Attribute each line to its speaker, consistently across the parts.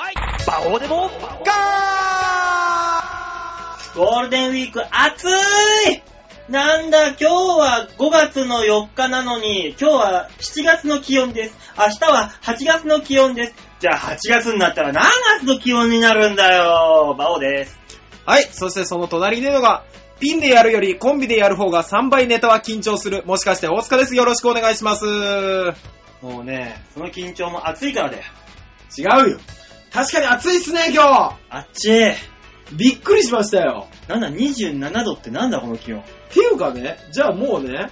Speaker 1: ここでも、
Speaker 2: ーゴールデンウィーク暑いなんだ、今日は5月の4日なのに、今日は7月の気温です。明日は8月の気温です。じゃあ8月になったら何月の気温になるんだよバオです。
Speaker 3: はい、そしてその隣でのが、ピンでやるよりコンビでやる方が3倍ネタは緊張する。もしかして大塚です。よろしくお願いします。違
Speaker 2: もうね、その緊張も暑いからだよ。
Speaker 3: うよ。確かに暑いっすね、今
Speaker 2: あっちい。
Speaker 3: 日。びっくりしましたよ。
Speaker 2: なんだ、27度ってなんだこの気温。
Speaker 3: ていうかね、じゃあもうね、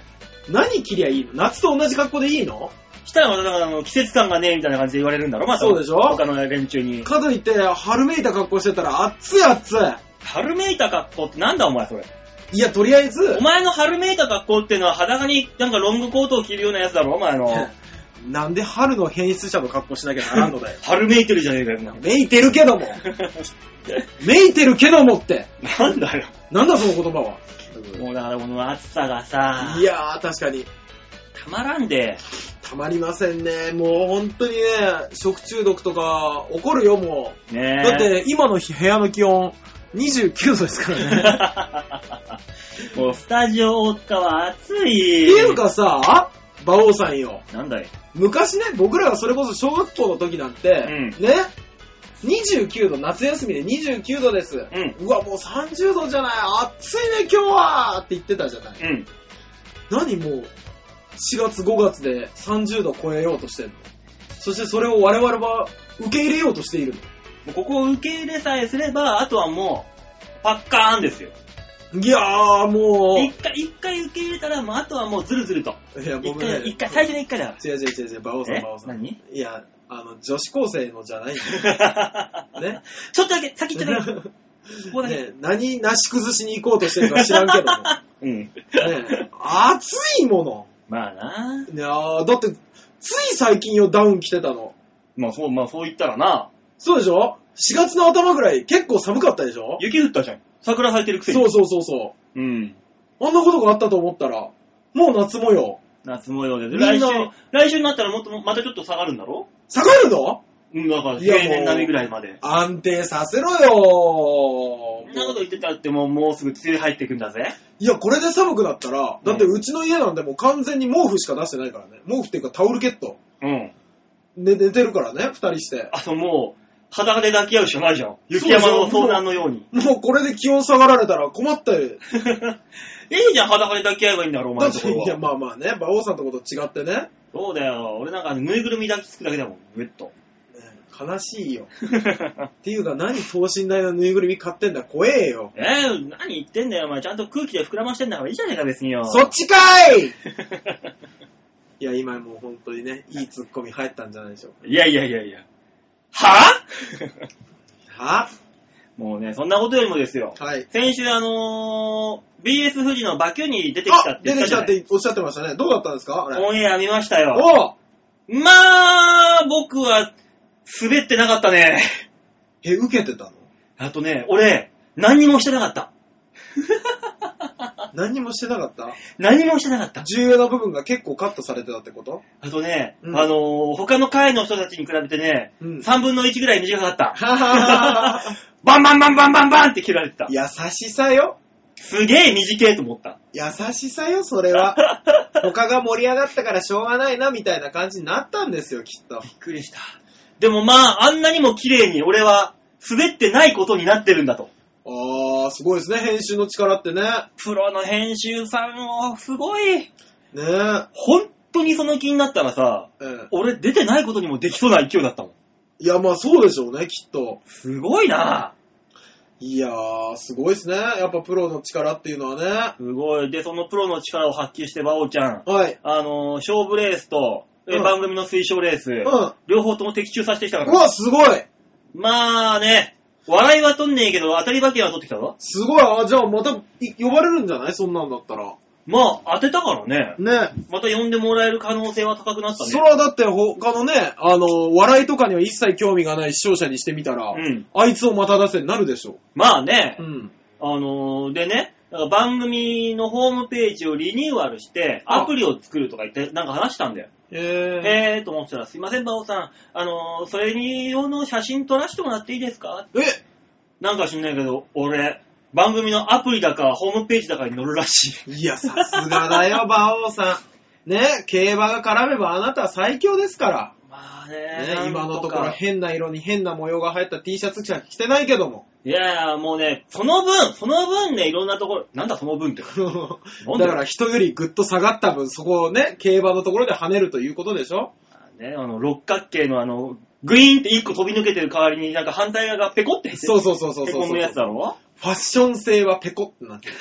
Speaker 3: 何着りゃいいの夏と同じ格好でいいの
Speaker 2: したらまただからあの季節感がねえみたいな感じで言われるんだろまあ
Speaker 3: そうでしょ
Speaker 2: 他の連中に。
Speaker 3: かといって、春めいた格好してたら暑い暑い。
Speaker 2: 春めいた格好ってなんだお前それ。
Speaker 3: いや、とりあえず
Speaker 2: お、前の春めいた格好ってのは裸になんかロングコートを着るようなやつだろお前の。。
Speaker 3: なんで春の変質者の格好しなきゃならんのだよ
Speaker 2: 春めいてるじゃねえか よ。
Speaker 3: めいてるけども。めいてるけどもって。
Speaker 2: なんだよ。
Speaker 3: なんだその言葉は。
Speaker 2: もうだからこの暑さがさ、
Speaker 3: いやー、確かに。
Speaker 2: たまらんで、
Speaker 3: たまりませんね。もう本当にね、食中毒とか起こるよ、もう。
Speaker 2: ねえ。
Speaker 3: だっ、て、今の日部屋の気温、29度ですから ね。
Speaker 2: もうスタジオ大塚は暑い。
Speaker 3: っていうかさ、馬王さんよ。
Speaker 2: なんだよ。
Speaker 3: 昔ね、僕らがそれこそ小学校の時なんて、
Speaker 2: うん
Speaker 3: ね、29度、夏休みで29度です。
Speaker 2: ん
Speaker 3: わ、もう30度じゃない、暑いね、今日はって言ってたじゃない。
Speaker 2: うん。
Speaker 3: 何もう、4月5月で30度超えようとしてんの。そしてそれを我々は受け入れようとしている
Speaker 2: もうここを受け入れさえすれば、あとはもう、パッカーンですよ。
Speaker 3: の。いやー、もう、
Speaker 2: 一回、一回受け入れたら、もうあとはもうズルズルと。
Speaker 3: いや、
Speaker 2: 一
Speaker 3: 僕ね
Speaker 2: 回、、一回、最初の一回だか
Speaker 3: 違う違う違う違う、馬王さん、
Speaker 2: え
Speaker 3: 馬王さん。
Speaker 2: 何
Speaker 3: いや、あの、女子高生のじゃないんだ
Speaker 2: ら。
Speaker 3: よね。
Speaker 2: ちょっとだけ、先行ってから、ここだけ。
Speaker 3: ね何なし崩しに行こうとしてるか知らんけども。
Speaker 2: うん。
Speaker 3: ね、暑いもの。
Speaker 2: まあない
Speaker 3: やーだって、つい最近よ、ダウン着てたの。
Speaker 2: まあそう、まあそう言ったらな。
Speaker 3: そうでしょ ?4 月の頭ぐらい結構寒かったでしょ
Speaker 2: 雪降ったじゃん。桜咲いてるくせに。
Speaker 3: そうそうそうそう。
Speaker 2: う。うん。
Speaker 3: あんなことがあったと思ったら、もう夏模様。
Speaker 2: 夏模様で。
Speaker 3: みんな
Speaker 2: 来週、来週になったらもっと、またちょっと下がるんだろ
Speaker 3: 下がるの
Speaker 2: うん、だから
Speaker 3: いや
Speaker 2: 平年並みぐらいまで。
Speaker 3: 安定させろよ
Speaker 2: そんなこと言ってたってもう、もうすぐ梅雨入ってくんだぜ。
Speaker 3: いや、これで寒くなったら、だってうちの家なんでもう完全に毛布しか出してないからね。毛布っていうかタオルケット。
Speaker 2: うん。
Speaker 3: で、寝てるからね、二人して。
Speaker 2: あともう、裸で抱き合うしかないじゃん。雪山の遭難のよう に。
Speaker 3: もうこれで気温下がられたら困ったよ。
Speaker 2: いいじゃん、裸で抱き合えばいいんだろ、お前
Speaker 3: だ
Speaker 2: の
Speaker 3: っ
Speaker 2: と
Speaker 3: て、
Speaker 2: ころ
Speaker 3: いや、
Speaker 2: は。
Speaker 3: まあまあね、馬王さんとこと違ってね。
Speaker 2: そうだよ。俺なんかぬいぐるみ抱きつくだけだもん、ぐっと。
Speaker 3: 悲しい よ。っていうか、何等身大のぬいぐるみ買ってんだ怖えよ。
Speaker 2: えー、何言ってんだよ、お前。ちゃんと空気で膨らましてんだからいいじゃねえか、別によ。
Speaker 3: そっちかいいや、今もう本当にね、いいツッコミ入ったんじゃないでしょう か。
Speaker 2: いやいやいやいや。は ぁ
Speaker 3: は
Speaker 2: もうね、そんなことよりもですよ。
Speaker 3: はい。
Speaker 2: 先週、あのー、BS 富士のバキュに出てきた
Speaker 3: あ
Speaker 2: っ、て
Speaker 3: 出
Speaker 2: 言ってた
Speaker 3: き
Speaker 2: じゃ
Speaker 3: た
Speaker 2: な
Speaker 3: っ
Speaker 2: い
Speaker 3: ておっしゃってましたね。どうだったんですかあれ。
Speaker 2: オンエア見ましたよ。
Speaker 3: おう
Speaker 2: まあ、僕は、滑ってなかったね。
Speaker 3: え、受けてたの
Speaker 2: あとね、俺、何にもしてなかった。
Speaker 3: 何もしてなかった
Speaker 2: 何にもしてなかった。
Speaker 3: 重要な部分が結構カットされてたってこと
Speaker 2: あとね、
Speaker 3: うん
Speaker 2: あのー他の会の人たちに比べてね、
Speaker 3: うん
Speaker 2: 3分の1ぐらい短かった。
Speaker 3: はははは
Speaker 2: バンバンバンバンバンバンって切られてた。
Speaker 3: 優しさよ。
Speaker 2: すげえ短いと思った。
Speaker 3: 優しさよ、そ れは。他が盛り上がったからしょうがないな、みたいな感じになったんですよ、きっと。
Speaker 2: びっくりした。でもまあ、あんなにも綺麗に俺は滑ってないことになってるんだと。
Speaker 3: あー、すごいですね、編集の力ってね。
Speaker 2: プロの編集さんを、すごい。
Speaker 3: ねえ。
Speaker 2: 本当にその気になったらさ、
Speaker 3: ええ
Speaker 2: 俺出てないことにもできそうな勢いだったもん。
Speaker 3: いや、まあそうでしょうね、きっと。
Speaker 2: すごいない
Speaker 3: やー、すごいですね。やっぱプロの力っていうのはね。
Speaker 2: すごい。で、そのプロの力を発揮して、バオちゃん。
Speaker 3: はい。
Speaker 2: あのー、勝負レースと、え
Speaker 3: うん
Speaker 2: 番組の推奨レース、
Speaker 3: うん。
Speaker 2: 両方とも的中させてきたか
Speaker 3: う
Speaker 2: ら。
Speaker 3: わ、すごい
Speaker 2: まあね、笑いは取んねえけど、当たり馬券は取ってきたぞ。
Speaker 3: すごいあ、じゃあまたい呼ばれるんじゃないそんなんだったら。
Speaker 2: まあ、当てたからね。
Speaker 3: ね。
Speaker 2: また呼んでもらえる可能性は高くなった
Speaker 3: それ
Speaker 2: ね。
Speaker 3: はだって他のね、あの、笑いとかには一切興味がない視聴者にしてみたら、
Speaker 2: うん
Speaker 3: あいつをまた出せになるでしょ
Speaker 2: まあね
Speaker 3: う。、ん。
Speaker 2: あのー、でね、番組のホームページをリニューアルして、
Speaker 3: あ
Speaker 2: アプリを作るとか言って、なんか話したんだよ。
Speaker 3: え
Speaker 2: えーと思ってたら、すいません、馬王さん。あのー、それに用の写真撮らせてもらっていいですか
Speaker 3: ー、え
Speaker 2: なんか知んないけど、俺、番組のアプリだか、ホームページだかに載るらしい。
Speaker 3: いや、さすがだよ、 馬王さん。ね、競馬が絡めばあなたは最強ですから。
Speaker 2: まあ
Speaker 3: ね
Speaker 2: ね、
Speaker 3: 今のとこ
Speaker 2: な
Speaker 3: ろ
Speaker 2: んか
Speaker 3: 変な色に変な模様が入った T シャツしか着てないけども。
Speaker 2: いやいや、もうね、その分、その分ね、いろんなところ、なんだその分って。なんで
Speaker 3: だから人よりぐっと下がった分、そこをね、競馬のところで跳ねるということでしょ
Speaker 2: ね、あの、六角形のあの、グイーンって一個飛び抜けてる代わりに、なんか反対側がペコって
Speaker 3: そううそうそうそうそう
Speaker 2: ペコ
Speaker 3: そ
Speaker 2: の
Speaker 3: う。
Speaker 2: やつだ ろ
Speaker 3: ファッション性はペコってなってる。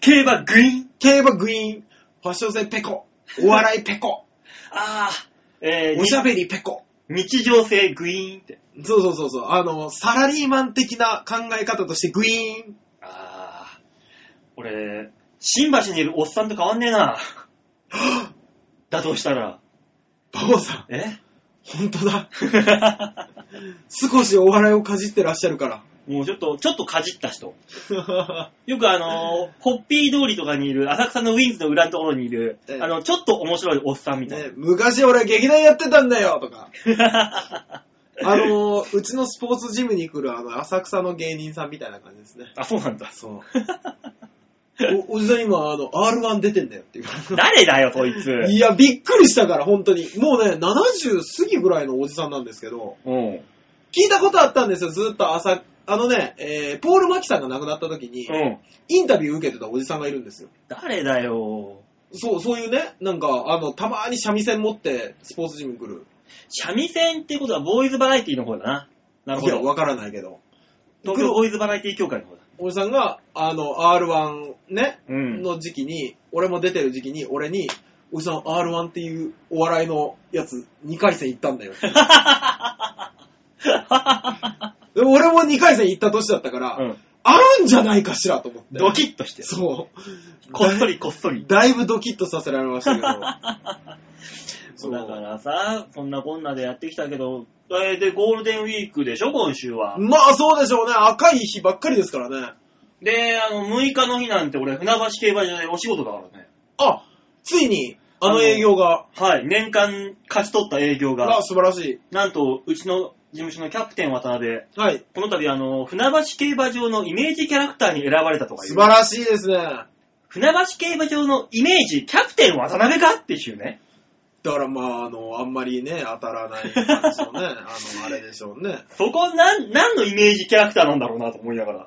Speaker 2: 競馬グイーン
Speaker 3: 競馬グイーン、ファッション性ペコ、お笑いペコ、
Speaker 2: ああ、えー、
Speaker 3: おしゃべりペコ。
Speaker 2: に日常性グイーンって。
Speaker 3: そうそうそうそう。あの、サラリーマン的な考え方としてグイーン。
Speaker 2: ああ、俺、新橋にいるおっさんと変わんねえな。だとしたら、
Speaker 3: バオさん、
Speaker 2: え
Speaker 3: 本当だ。少しお笑いをかじってらっしゃるか
Speaker 2: もうちょっと、ちょっとかじった人。
Speaker 3: ら。
Speaker 2: よくあ のー、ホッピー通りとかにいる、浅草のウィンズの裏のところにいる
Speaker 3: ええ、
Speaker 2: あの、ちょっと面白いおっさんみたいな。
Speaker 3: ね、昔俺劇団やってたんだよとか。あの、うちのスポーツジムに来るあの、浅草の芸人さんみたいな感じですね。
Speaker 2: あ、そうなんだ。
Speaker 3: そう。お、おじさん今、あの、R1 出てんだよっ て言われ
Speaker 2: 誰だよ、そいつ。
Speaker 3: た。いや、びっくりしたから、本当に。もうね、70過ぎぐらいのおじさんなんですけど、
Speaker 2: うん。
Speaker 3: 聞いたことあったんですよ、ずっと朝、あのね、えー、ポール・マキさんが亡くなった時に、
Speaker 2: うん。
Speaker 3: インタビュー受けてたおじさんがいるんですよ。
Speaker 2: 誰だよ。
Speaker 3: そう、そういうね、なんか、あの、たまに三味線持って、スポーツジム来る。
Speaker 2: 三味線ってことはボーイズバラエティの方だな。なるほ
Speaker 3: いや、
Speaker 2: ど。
Speaker 3: わからないけど。
Speaker 2: 東京ボーイズバラエティ協会の方だ。
Speaker 3: おじさんが、あの、R1 ね、
Speaker 2: うん
Speaker 3: の時期に、俺も出てる時期に、俺に、おじさん R1 っていうお笑いのやつ、2回戦行った んだよ。で俺も2回戦行った年だったから、
Speaker 2: うん。
Speaker 3: あるんじゃないかしらと思って。
Speaker 2: ドキッとして る。
Speaker 3: そう。
Speaker 2: こっそ
Speaker 3: り。
Speaker 2: りこっそり。
Speaker 3: だいぶドキッとさせられました けど。
Speaker 2: そ
Speaker 3: そうう
Speaker 2: だからさ、こんなこんなでやってきたけど、えーで、ゴールデンウィークでしょ、今週は。
Speaker 3: まあそうでしょうね。赤い日ばっかりですからね。
Speaker 2: で、あの、6日の日なんて俺、船橋競馬場でお仕事だからね。
Speaker 3: あ、ついに、あの営業が、
Speaker 2: はい、年間勝ち取った営業
Speaker 3: あ
Speaker 2: が、
Speaker 3: 素晴らし
Speaker 2: なんと、うちの事務所のキャプテン渡辺、
Speaker 3: い。はい。
Speaker 2: この度、あの、船橋競馬場のイメージキャラクターに選ばれたとかい
Speaker 3: 素
Speaker 2: う。
Speaker 3: 晴らしいですね。
Speaker 2: 船橋競馬場のイメージ、キャプテン渡辺かっていうね。
Speaker 3: だからまあ、あの、あんまりね、当たらない感じの ね、あの、あれでしょうね。
Speaker 2: そこ、なん、何のイメージキャラクターなんだろうなと思いながら。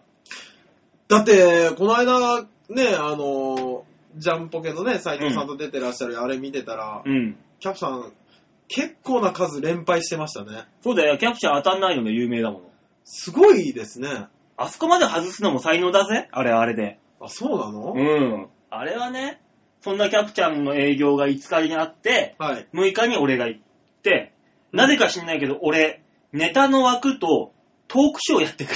Speaker 3: だって、この間、ね、あの、ジャンポケのね、斉藤さんと出てらっしゃる、あれ見てたら、
Speaker 2: うん。
Speaker 3: キャプさん、結構な数連敗してましたね。
Speaker 2: そうだよ、キャプチャー当たんないのが有名だもの。
Speaker 3: すごいですね。
Speaker 2: あそこまで外すのも才能だぜ。あれはあれで。
Speaker 3: あ、そうなの、
Speaker 2: うん。あれはね、そんなキャプチャーの営業が5日にあって、
Speaker 3: はい。
Speaker 2: 6日に俺が行って、なぜか知んないけど、俺、ネタの枠とトークショーやってくる。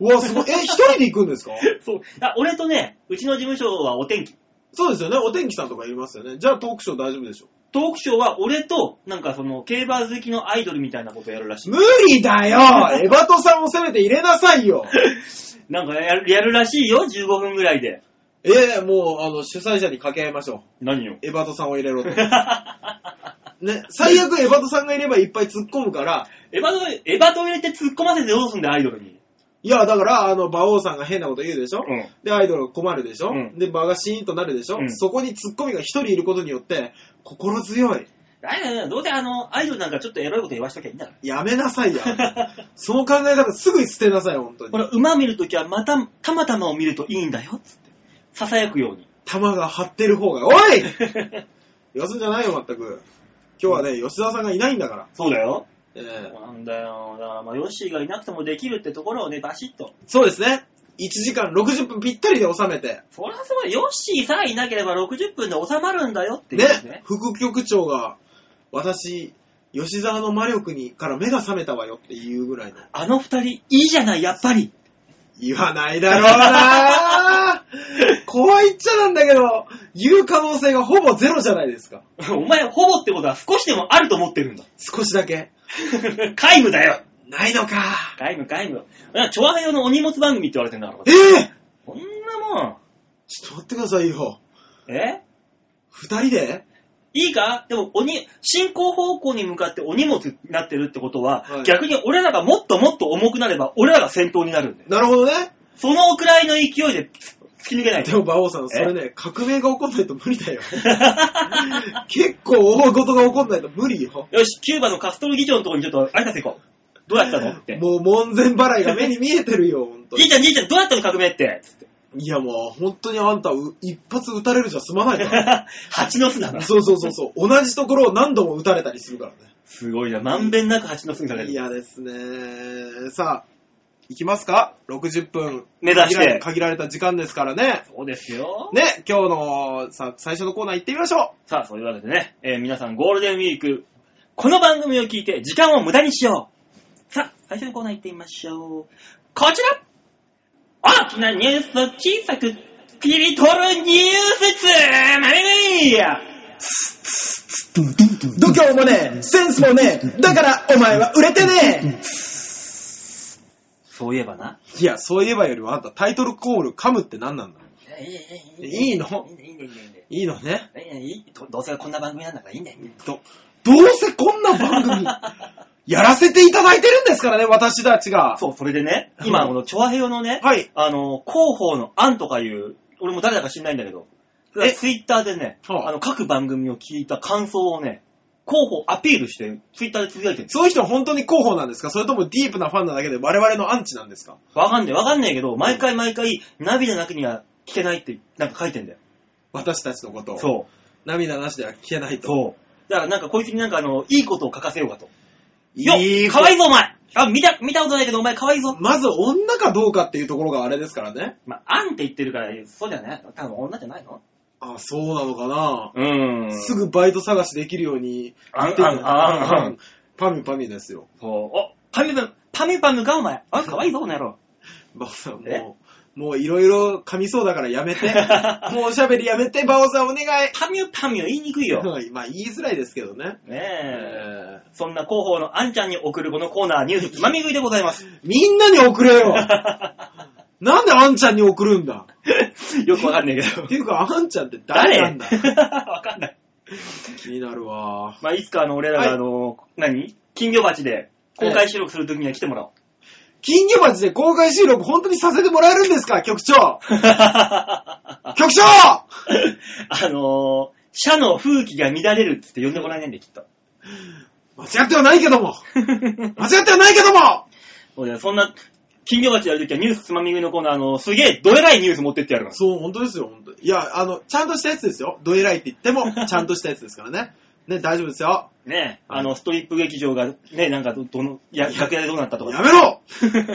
Speaker 3: うわ、すごい。え、一人で行くんですか
Speaker 2: そう。あ、俺とね、うちの事務所はお天気。
Speaker 3: そうですよね。お天気さんとかいますよね。じゃあトークショー大丈夫でしょ
Speaker 2: トークショーは俺と、なんかその、競馬好きのアイドルみたいなことやるらしい。
Speaker 3: 無理だよエバトさんをせめて入れなさい よ
Speaker 2: なんかやるやるらしいよ、15分ぐらいで。
Speaker 3: ええもう、あの、主催者に掛け合いましょう。
Speaker 2: 何よ。
Speaker 3: エバトさんを入れ ろと。ね、最悪エバトさんがいればいっぱい突っ込むから、
Speaker 2: エヴァと、エヴァと入れて突っ込ませてどうすんだよ、アイドルに。
Speaker 3: いや、だから、あの、馬王さんが変なこと言うでしょ、
Speaker 2: うん
Speaker 3: で、アイドルが困るでしょ、
Speaker 2: うん
Speaker 3: で、馬がシーンとなるでしょ、
Speaker 2: うん
Speaker 3: そこに突っ込みが一人いることによって、心強い。
Speaker 2: だいだいどうせあの、アイドルなんかちょっとエロいこと言わしときゃいいん だから。
Speaker 3: やめなさいよ。 その考え方すぐ捨てなさいよ、本当
Speaker 2: ほ
Speaker 3: に。
Speaker 2: ら、馬見るときはまた、たまたまを見るといいんだよ、つって。囁くように。
Speaker 3: 玉が張ってる方が、おいよすんじゃないよ、全く。今日はね、吉田さんがいないんだから。
Speaker 2: そうだよ。
Speaker 3: ええ
Speaker 2: なんだよ。だから、まあ、ヨッシーがいなくてもできるってところをね、バシッと。
Speaker 3: そうですね。1時間60分ぴったりで収めて、
Speaker 2: そりゃそうだよヨッシーさえいなければ60分で収まるんだよっていう
Speaker 3: ね、副局長が、私、吉沢の魔力にから目が覚めたわよっていうぐらいの。
Speaker 2: あの二人、いいじゃない、やっぱり。
Speaker 3: 言わないだろうなぁ 怖いっちゃなんだけど、言う可能性がほぼゼロじゃないですか。
Speaker 2: お前、ほぼってことは少しでもあると思ってるんだ。
Speaker 3: 少しだけ。
Speaker 2: 皆無だよ。
Speaker 3: ないのか
Speaker 2: 皆無、皆無。チョアヘヨのお荷物番組って言われてんだから
Speaker 3: え。ぇ
Speaker 2: こんなうん。
Speaker 3: ちょっと待ってくださいよ。
Speaker 2: え
Speaker 3: 二人で
Speaker 2: いいかでも、おに、進行方向に向かってお荷物になってるってことは、
Speaker 3: はい
Speaker 2: 逆に俺らがもっともっと重くなれば、俺らが先頭になるんだよ。
Speaker 3: なるほどね。
Speaker 2: そのくらいの勢いで突突き抜けない
Speaker 3: で
Speaker 2: と。
Speaker 3: も、馬王さん、それね、革命が起こんないと無理だよ。結構大事が起こんないと無理よ。
Speaker 2: よし、キューバのカストロ議長のところにちょっと挨拶行こう。どうやったのって。
Speaker 3: もう門前払いが目に見えてるよ、ほんと
Speaker 2: じ
Speaker 3: に
Speaker 2: い。ちゃん、じいちゃん、どうやったの革命って。つって
Speaker 3: いやもう、本当にあんた、う一発撃たれるじゃ済まないか
Speaker 2: 蜂の巣だな
Speaker 3: ら。。 そうそうそうそう。同じところを何度も撃たれたりするからね。
Speaker 2: すごいな。まんべんなく蜂の巣にされる。
Speaker 3: 嫌ですね。さあ、行きますか ?60 分。
Speaker 2: 目指して
Speaker 3: 限られ限られた時間ですからね。
Speaker 2: そうですよ。
Speaker 3: ね、今日のさ最初のコーナー行ってみましょ。
Speaker 2: さあ、そういうわけでね、えー皆さんゴールデンウィーク、この番組を聞いて時間を無駄にしよう。さあ、最初のコーナー行ってみましょう。こちら大きなニュースを小さく切り取るニュースつまみ食いう
Speaker 3: 度胸もねえ、センスもねえ、だからお前は売れてね
Speaker 2: そういえばな。
Speaker 3: えいや、そういえばよりもあんたタイトルコール噛むって何なんだいい
Speaker 2: いい
Speaker 3: の
Speaker 2: んだいいんだいいんだいいんだ
Speaker 3: い
Speaker 2: いい
Speaker 3: いのね。
Speaker 2: んだいいんだどどうせこんな番組なんだからいいんだよ。
Speaker 3: ど、どうせこんな番組、やらせていただいてるんですからね、私たちが。
Speaker 2: そう、それでね、今、この、チョアヘヨのね、
Speaker 3: はい。
Speaker 2: あの、広報のアンとかいう、俺も誰だか知んないんだけど、
Speaker 3: え
Speaker 2: ツイッターでね、
Speaker 3: はあ
Speaker 2: あの、各番組を聞いた感想をね、広報アピールして、ツイッターでつぶやいてるんです
Speaker 3: そういう人は本当に広報なんですかそれともディープなファンなだけで我々のアンチなんですか
Speaker 2: わかんねえ、わかんねえけど、毎回毎回、ナビの中には聞けないって、なんか書いてんだよ。
Speaker 3: 私たちのことを。
Speaker 2: そ。
Speaker 3: 涙なしでは聞けないうと。
Speaker 2: そう。だからなんかこいつになんかあの、いいことを書かせようかと。よ
Speaker 3: いい
Speaker 2: かわいいぞお前あ、見た、見たことないけどお前かわいいぞ。
Speaker 3: まず女かどうかっていうところがあれですからね。
Speaker 2: まあ、アンって言ってるから、そうじゃない多分女じゃないの
Speaker 3: あ、そうなのかな、
Speaker 2: うーん
Speaker 3: す。ぐバイト探しできるように。
Speaker 2: あん
Speaker 3: 言ってんの
Speaker 2: あんあんあん
Speaker 3: パミュパミュですよ。
Speaker 2: そう。お、パミュパム、パミュパムかお前。あ、かわいいぞこの野郎。
Speaker 3: バオさん、
Speaker 2: え
Speaker 3: もう、もういろいろ噛みそうだからやめ て。もうおしゃべりやめて、バオさんお願い。
Speaker 2: パミュパミュ言いにくいよ。
Speaker 3: はいまあ言いづらいですけどね。
Speaker 2: ねえ。
Speaker 3: え
Speaker 2: そんな広報のあんちゃんに送るこのコーナー、ニュースつまみ食いでございます。
Speaker 3: ーみんなに送れよなんであんちゃんに送るんだ
Speaker 2: よくわかんないけど
Speaker 3: っ。ていうか、あんちゃんって誰
Speaker 2: 誰
Speaker 3: なんだ
Speaker 2: わかんない。
Speaker 3: 気になるわ。
Speaker 2: まあ、いつかあの、俺ら
Speaker 3: はい
Speaker 2: があの、何金魚鉢で公開収録するときには来てもらおう。
Speaker 3: 金魚鉢で公開収録本当にさせてもらえるんですか局長局長
Speaker 2: あのー、社の風紀が乱れるっつって呼んでもらえないんで、きっと。
Speaker 3: 間違ってはないけども間違ってはないけども
Speaker 2: そうだよそんな、金魚鉢やるときはニュースつまみ食いのコーナー、あの、すげえどえらいニュース持ってってやるから。
Speaker 3: そう、本当ですよ、本当にいや、あの、ちゃんとしたやつですよ。どえらいって言っても、ちゃんとしたやつですからね。ね、大丈夫ですよ。
Speaker 2: ねえ、あの、ストリップ劇場が、ね、なんかど、どの、や、楽屋でどうなったと
Speaker 3: や
Speaker 2: か。
Speaker 3: めろ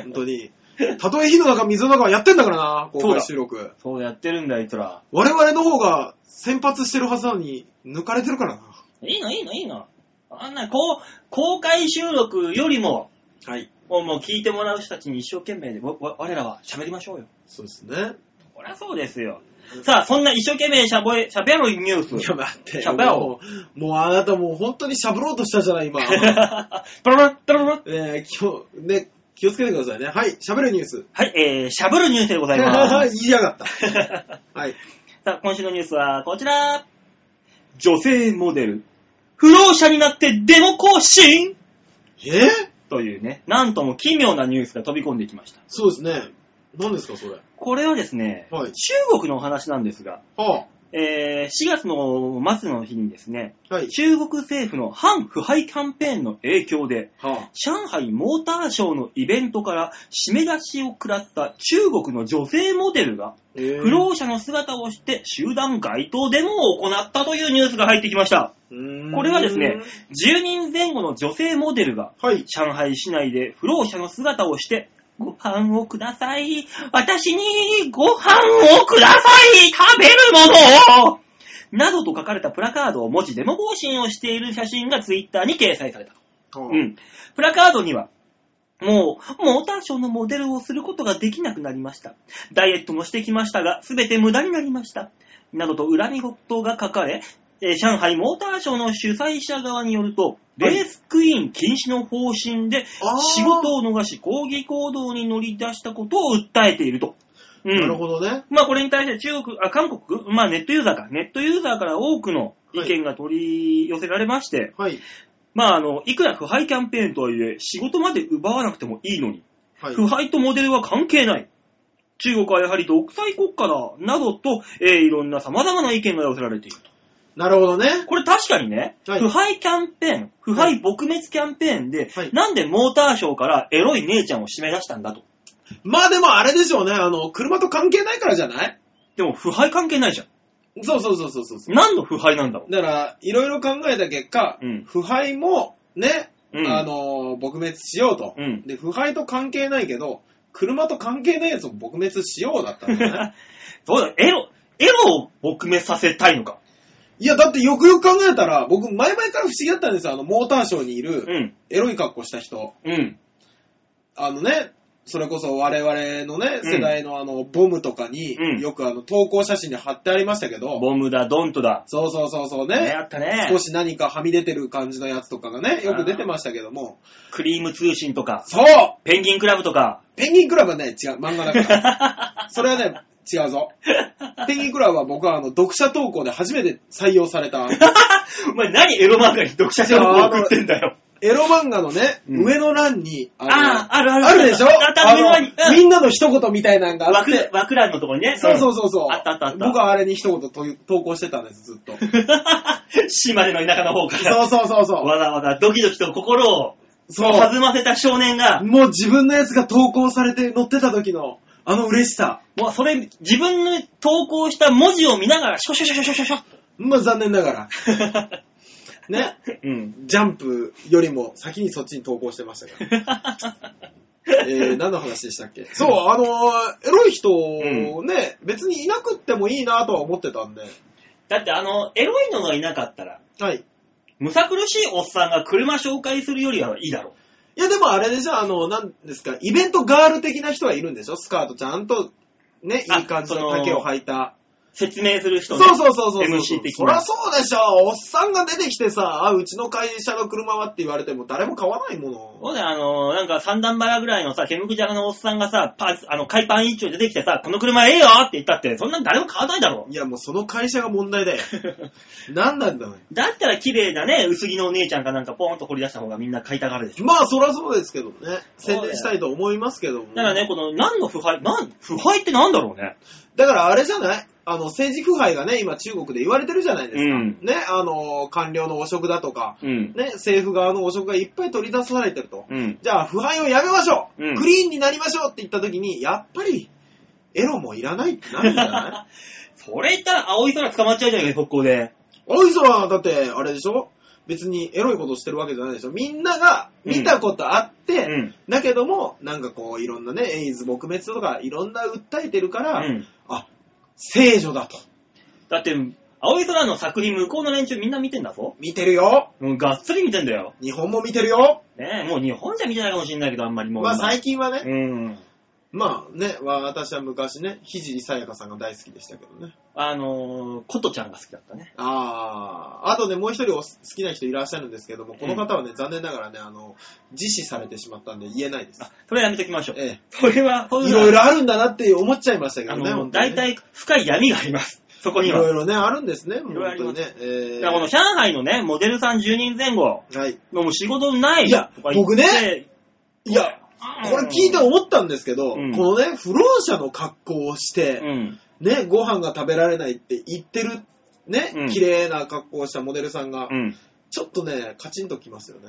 Speaker 3: 本当に。たとえ火の中、水の中はやってんだからな、公
Speaker 2: そう
Speaker 3: 開
Speaker 2: だ
Speaker 3: 収録。
Speaker 2: そうやってるんだ、あいつら。
Speaker 3: 我々の方が先発してるはずなのに、抜かれてるからな。
Speaker 2: いいの、いいの、いいの。あんな、こう、公開収録よりも、
Speaker 3: はい。
Speaker 2: もうもう聞いてもらう人たちに一生懸命で、わわ我らは喋りましょうよ。
Speaker 3: そうですね。
Speaker 2: こりゃそうですよ。さあ、そんな一生懸命しゃぼえ、喋るニュー
Speaker 3: い
Speaker 2: ス
Speaker 3: や、。待って。
Speaker 2: しゃべろう
Speaker 3: もう、もうあなたもう本当にしゃぶろうとしたじ ゃない、今。
Speaker 2: プロロッ、プロロッ。
Speaker 3: えー、気を、ね、気をつけてくださいね。はい、喋るニュース。
Speaker 2: はい、えー、しゃぶるニュースでございま
Speaker 3: 言
Speaker 2: す。
Speaker 3: いやがった。 はい。
Speaker 2: さあ、今週のニュースはこちら。女性モデル。不老者になってデモ行進
Speaker 3: えー、
Speaker 2: というね、なんとも奇妙なニュースが飛び込んできました。
Speaker 3: そうですね。何ですか、それ。
Speaker 2: これはですね、
Speaker 3: はい
Speaker 2: 中国のお話なんですが、
Speaker 3: は
Speaker 2: えー4月の末の日にですね、
Speaker 3: あ。はい。
Speaker 2: 中国政府の反腐敗キャンペーンの影響で、
Speaker 3: は
Speaker 2: 上海モーターショーのイベントから締め出しを食らった中国の女性モデルが、
Speaker 3: あ。え
Speaker 2: 不老者の姿をして集団街頭デモを行ったというニュースが入ってきました。これはですね、10人前後の女性モデルが、
Speaker 3: はい。
Speaker 2: 上海市内で不老者の姿をして、ご飯をください。私にご飯をください食べるものをなどと書かれたプラカードを持ちデモ行進をしている写真がツイッターに掲載された。
Speaker 3: はあ
Speaker 2: うん。プラカードには、もう、モーターショーのモデルをすることができなくなりました。ダイエットもしてきましたが、すべて無駄になりました。などと恨み事が書かれ、えー上海モーターショーの主催者側によると、レースクイーン禁止の方針で
Speaker 3: あー
Speaker 2: 仕事を逃し抗議行動に乗り出したことを訴えていると。うん
Speaker 3: なるほどね。
Speaker 2: まあこれに対して中国、あ、韓国、まあネットユーザーか、ネットユーザーから多くの意見が取り寄せられまして、
Speaker 3: はい。
Speaker 2: まああの、いくら腐敗キャンペーンとはいえ、仕事まで奪わなくてもいいのに、
Speaker 3: はい。
Speaker 2: 腐敗とモデルは関係ない。中国はやはり独裁国家だ、などと、えーいろんな様々な意見が寄せられていると。
Speaker 3: なるほどね。
Speaker 2: これ確かにね、
Speaker 3: はい
Speaker 2: 腐敗キャンペーン、腐敗撲滅キャンペーンで、
Speaker 3: はい
Speaker 2: なんでモーターショーからエロい姉ちゃんを締め出したんだと。
Speaker 3: まあでもあれでしょうね。あの、車と関係ないからじゃない
Speaker 2: でも腐敗関係ないじゃん。
Speaker 3: そうそうそうそうそうそ
Speaker 2: 何の腐敗なんだろ
Speaker 3: う。だから、いろいろ考えた結果、
Speaker 2: うん
Speaker 3: 腐敗も、ね、
Speaker 2: うん
Speaker 3: あの、撲滅しようと、
Speaker 2: うん
Speaker 3: で、腐敗と関係ないけど、車と関係ないやつを撲滅しようだったんだね。
Speaker 2: そうだ、エロ、エロを撲滅させたいのか。
Speaker 3: いや、だってよくよく考えたら、僕、前々から不思議だったんですよ。あの、モーターショーにいうる、
Speaker 2: ん、
Speaker 3: エロい格好した人。
Speaker 2: うん、
Speaker 3: あのね、それこそ我々のね、
Speaker 2: うん
Speaker 3: 世代のあの、ボムとかに、
Speaker 2: うん
Speaker 3: よくあの、投稿写真で貼ってありましたけど、
Speaker 2: ボムだ、ドントだ。
Speaker 3: そうそうそうそう
Speaker 2: ね、
Speaker 3: ね
Speaker 2: あ、ったね。
Speaker 3: 少し何かはみ出てる感じのやつとかがね、よく出てましたけども、
Speaker 2: クリーム通信とか、
Speaker 3: そう
Speaker 2: ペンギンクラブとか、
Speaker 3: ペンギンクラブはね、違う、漫画だから。それはね、違うぞ。ペンギンクラブは僕はあの、読者投稿で初めて採用された、
Speaker 2: お前何エロ漫画に読者情報送ってんだよ。
Speaker 3: エロ漫画のね、
Speaker 2: うん
Speaker 3: 上の欄に、あの
Speaker 2: ああ、あるある。
Speaker 3: あるでしょ
Speaker 2: あった、
Speaker 3: あ
Speaker 2: 上の方に。
Speaker 3: のみんなの一言みたいなんがあっ
Speaker 2: 枠
Speaker 3: て、、
Speaker 2: 枠欄のとこにね。
Speaker 3: そうそう
Speaker 2: そ
Speaker 3: そうそう。
Speaker 2: あったあったあった
Speaker 3: 僕はあれに一言と投稿してたんです、ずっと。
Speaker 2: うん。 島根の田舎の方から。
Speaker 3: そうそうそうそ
Speaker 2: わざわざドキドキと心を
Speaker 3: う。そう。
Speaker 2: 弾ませた少年が、
Speaker 3: もう自分のやつが投稿されて乗ってた時の、あの嬉しさ。
Speaker 2: もうそれ、自分の投稿した文字を見ながら、シュシュシュシュシュシュシ
Speaker 3: まあ残念ながら。
Speaker 2: ュ。
Speaker 3: ね。
Speaker 2: うん。
Speaker 3: ジャンプよりも先にそっちに投稿してましたから。 えー、何の話でしたっけそう、あのーエロい人をね、別にいなくってもいいなとは思ってたんで。
Speaker 2: だってあの、エロいのがいなかったら、
Speaker 3: はい。
Speaker 2: むさ苦しいおっさんが車紹介するよりはいいだろ
Speaker 3: いや、でもあれでしょ、あの、なんですか、イベントガール的な人はいるんでしょスカートちゃんと、ね、
Speaker 2: あ
Speaker 3: いい感じの丈を履いた。
Speaker 2: う。説明する人
Speaker 3: そう
Speaker 2: ね。
Speaker 3: そうそうそう。
Speaker 2: MC 的
Speaker 3: そりゃ
Speaker 2: な。
Speaker 3: そうでしょ。おっさんが出てきてさ、あ、うちの会社の車はって言われても誰も買わないもの。
Speaker 2: そうだよ、あのーなんか三段バラぐらいのさ、ケムクジャガのおっさんがさ、パあの、海パン一丁出てきてさ、この車ええよって言ったって、そんなん誰も買わないだろ。
Speaker 3: いや、もうその会社が問題だよ。何なんだろう。
Speaker 2: だったら綺麗なね、薄着のお姉ちゃんかなんかポーンと掘り出した方がみんな買いたがるでしょ。
Speaker 3: まあ、そりゃそうですけどね。宣伝したいと思いますけども。
Speaker 2: だからね、この、何の腐敗、なん、腐敗ってなんだろうね。
Speaker 3: だからあれじゃないあの、政治腐敗がね、今中国で言われてるじゃないですか。
Speaker 2: ん。
Speaker 3: ね、あの、官僚の汚職だとか、
Speaker 2: うん。
Speaker 3: ね、政府側の汚職がいっぱい取り出されてると。
Speaker 2: うん。
Speaker 3: じゃあ、腐敗をやめましょう、
Speaker 2: うん
Speaker 3: クリーンになりましょうって言った時に、やっぱり、エロもいらないってなるんじゃない
Speaker 2: それ言ったら青い空捕まっちゃうじゃないか、速攻で。
Speaker 3: おいそら、だって、あれでしょ別にエロいことしてるわけじゃないでしょみんなが見たことあって、
Speaker 2: うん
Speaker 3: だけども、なんかこう、いろんなね、エイズ撲滅とか、いろんな訴えてるか
Speaker 2: う
Speaker 3: ら、
Speaker 2: ん。
Speaker 3: あ、聖女だと。
Speaker 2: だって、青い空の作品向こうの連中みんな見てんだぞ。
Speaker 3: 見てるよ
Speaker 2: うん、がっつり見てんだよ。
Speaker 3: 日本も見てるよ
Speaker 2: ねえ、もう日本じゃ見てないかもしれないけど、あんまりもう
Speaker 3: ま
Speaker 2: 今。
Speaker 3: あ最近はね、
Speaker 2: うん。
Speaker 3: まあね、私は昔ね、ひじりさやかさんが大好きでしたけどね。
Speaker 2: あのー、コトちゃんが好きだったね。
Speaker 3: ああ、あとね、もう一人お好きな人いらっしゃるんですけども、この方はね、残念ながらね、あの、自死されてしまったんで言えないです。
Speaker 2: あ、それはやめときましょう。
Speaker 3: え
Speaker 2: それは、そう
Speaker 3: え。
Speaker 2: い
Speaker 3: いう
Speaker 2: のは
Speaker 3: ろいろあるんだなって思っちゃいましたけ
Speaker 2: あ
Speaker 3: どね、
Speaker 2: の、
Speaker 3: 本当に
Speaker 2: 大
Speaker 3: ね、
Speaker 2: 体深い闇があります。そこ
Speaker 3: い
Speaker 2: には。
Speaker 3: ろ
Speaker 2: だ
Speaker 3: いろね、あるんですね、
Speaker 2: ろ
Speaker 3: 本
Speaker 2: いろあり
Speaker 3: 当
Speaker 2: ま
Speaker 3: に
Speaker 2: す
Speaker 3: ね。ええ
Speaker 2: からこの上海のね、モデルさん10人前後、
Speaker 3: はい。
Speaker 2: のもう仕事ない
Speaker 3: いや
Speaker 2: とか言って
Speaker 3: 僕ね、いや、これ聞いて思ったんですけど、
Speaker 2: うん
Speaker 3: このね、不老者の格好をして、
Speaker 2: うん。
Speaker 3: ね、ご飯が食べられないって言ってる、ね、
Speaker 2: うん
Speaker 3: 綺麗な格好をしたモデルさんが、
Speaker 2: うん。
Speaker 3: ちょっとね、カチンときますよね。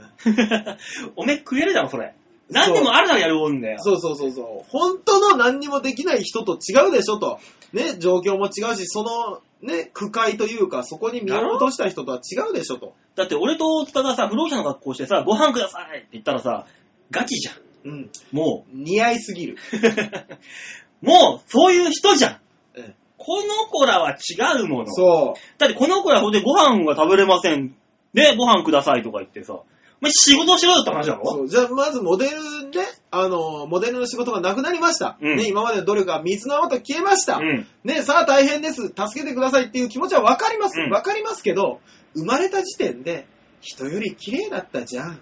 Speaker 2: おめえ食えるだろ、それ。何でもあるならやるもんだよ。
Speaker 3: そうそうそうそう。本当の何にもできない人と違うでしょと。ね、状況も違うし、その、ね、区会というか、そこに身を落とした人とは違うでしょと。
Speaker 2: だって俺と大塚がさ、不老者の格好してさ、ご飯くださいって言ったらさ、ガチじゃん。
Speaker 3: うん。
Speaker 2: も
Speaker 3: 似合いすぎる。
Speaker 2: う。 もう、そういう人じゃん。
Speaker 3: ええ
Speaker 2: この子らは違うもの。
Speaker 3: そ
Speaker 2: だってこの子らほんでご飯が食べれません。で、ご飯くださいとか言ってさ、お前仕事しろよって話だ
Speaker 3: う。
Speaker 2: ろ
Speaker 3: そうじゃあ、まずモデルね、あの、モデルの仕事がなくなりました。
Speaker 2: うん
Speaker 3: ね、今までの努力が水の泡と消えました。
Speaker 2: うん。
Speaker 3: ね、さあ大変です、助けてくださいっていう気持ちはわかります。
Speaker 2: うん
Speaker 3: わ、かりますけど、生まれた時点で、人より綺麗だったじゃん。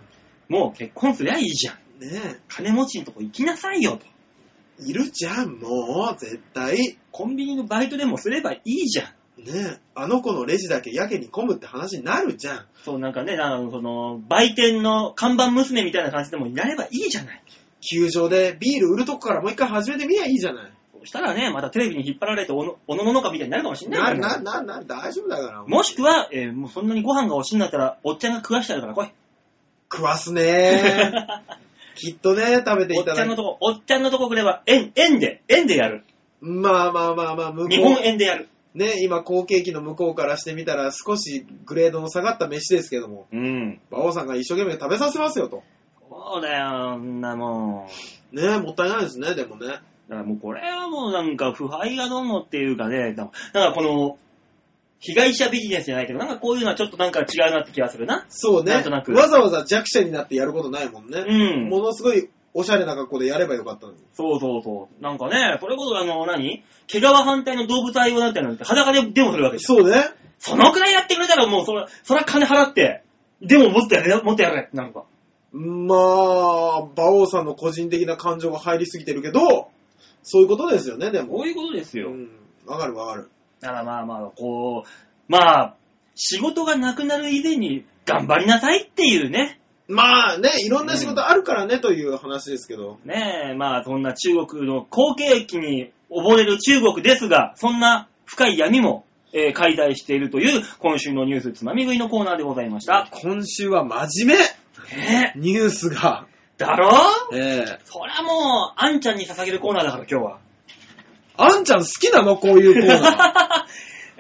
Speaker 2: もう結婚すりゃいいじゃん。
Speaker 3: ねえ。
Speaker 2: 金持ちのとこ行きなさいよと。
Speaker 3: いるじゃん、もう、絶対。
Speaker 2: コンビニのバイトでもすればいいじゃん。
Speaker 3: ねえ、あの子のレジだけやけに混むって話になるじゃん。
Speaker 2: そう、なんかね、あの、その、売店の看板娘みたいな感じでもやればいいじゃない。
Speaker 3: 球場でビール売るとこからもう一回始めてみりゃいいじゃない。
Speaker 2: そしたらね、またテレビに引っ張られておの、おのののかみたいになるかもしんな
Speaker 3: な、
Speaker 2: いから
Speaker 3: な、
Speaker 2: ね
Speaker 3: な、な、大丈夫だから。
Speaker 2: もしくは、えーもうそんなにご飯が欲しいんだったら、おっちゃんが食わしてやるから来い。
Speaker 3: 食わ すねきっとね、食べて
Speaker 2: お
Speaker 3: い
Speaker 2: ったちゃんの
Speaker 3: だく。
Speaker 2: とこ、おっちゃんのとこ来れば、円、円で、円でやる。
Speaker 3: まあまあまあまあ、向
Speaker 2: 日
Speaker 3: こ
Speaker 2: 本円でやる。
Speaker 3: う、ね、今、後継機の向こうからしてみたら、少しグレードの下がった飯ですけども、
Speaker 2: うん。
Speaker 3: 馬王さんが一生懸命食べさせますよと。
Speaker 2: そうだよ、んなもん。
Speaker 3: ねもったいないですね、でもね。
Speaker 2: だからもうこれはもうなんか腐敗がどうのっていうかね、なんかなんかこの、被害者ビジネスじゃないけど、なんかこういうのはちょっとなんか違うなって気がするな。
Speaker 3: そうね。
Speaker 2: なんとなく
Speaker 3: わざわざ弱者になってやることないもんね。
Speaker 2: うん
Speaker 3: ものすごいおしゃれな格好でやればよかったのに。
Speaker 2: そうそうそう。なんかね、それこそあの、何毛皮反対の動物愛用なんてなんて裸でデモするわけでしょ。
Speaker 3: そうね。
Speaker 2: そのくらいやってくれたらもうそら、そら金払って、デモ持ってやれ、持ってやれ、なんか。
Speaker 3: まあ、馬王さんの個人的な感情が入りすぎてるけど、そういうことですよね、でも。
Speaker 2: そういうことですよ。
Speaker 3: うんわかるわかる。
Speaker 2: だからまあまあ、こう、まあ、仕事がなくなる以前に頑張りなさいっていうね。
Speaker 3: まあね、いろんな仕事あるからね、という話ですけど。
Speaker 2: ねえ、まあそんな中国の後継期に溺れる中国ですが、そんな深い闇も、えー解体しているという今週のニュースつまみ食いのコーナーでございました。
Speaker 3: 今週は真面
Speaker 2: ねえ、
Speaker 3: 目ニュースが。
Speaker 2: だろ
Speaker 3: ええ
Speaker 2: そりゃもう、あんちゃんに捧げるコーナーだから今日は。
Speaker 3: あんちゃん好きなのこういうコーナー。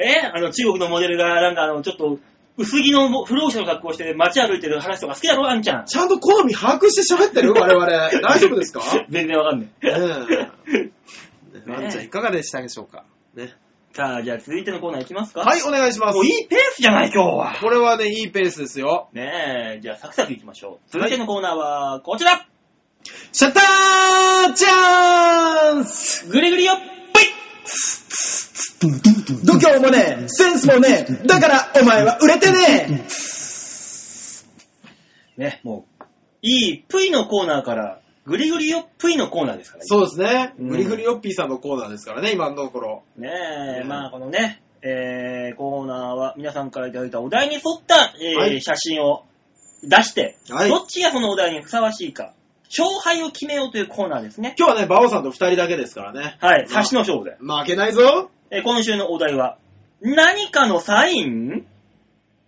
Speaker 2: えあの中国のモデルがなんかあのちょっと薄着のも不老者の格好をして街歩いてる話とか好きだろあんちゃん。
Speaker 3: ちゃんと好み把握して喋って る我々。大丈夫ですか
Speaker 2: 全然わかんない。
Speaker 3: ね え。ねあんちゃんいかがでしたでしょうかね。
Speaker 2: さあ、じゃあ続いてのコーナーいきますか。
Speaker 3: はい、お願いします
Speaker 2: もう。いいペースじゃない、今日は。
Speaker 3: これはね、いいペースですよ。
Speaker 2: ねえ、じゃあサクサクいきましょう。続いてのコーナーは、こちら、
Speaker 3: シャッターチャンス
Speaker 2: ぐりぐりよっぽい
Speaker 3: 度胸もねえ、センスもねえ、だからお前は売れてね
Speaker 2: ね、もう、いいぷいのコーナーから、ぐりぐりよっぷいのコーナーですか
Speaker 3: え
Speaker 2: ら。
Speaker 3: そうですね。
Speaker 2: うん
Speaker 3: グリグリヨッピーさんのコーナーですからね、今のところ。
Speaker 2: ねえ、
Speaker 3: うん
Speaker 2: まあこのね、えー、コーナーは皆さんからいただいたお題に沿った、えー
Speaker 3: はい
Speaker 2: 写真を出して、
Speaker 3: はい
Speaker 2: どっちがそのお題にふさわしいか、勝敗を決めようというコーナーですね。
Speaker 3: 今日はね、バオさんと二人だけですからね。
Speaker 2: はい、
Speaker 3: まあ
Speaker 2: 差しの勝負で。
Speaker 3: 負けないぞ
Speaker 2: えー今週のお題は、何かのサインっ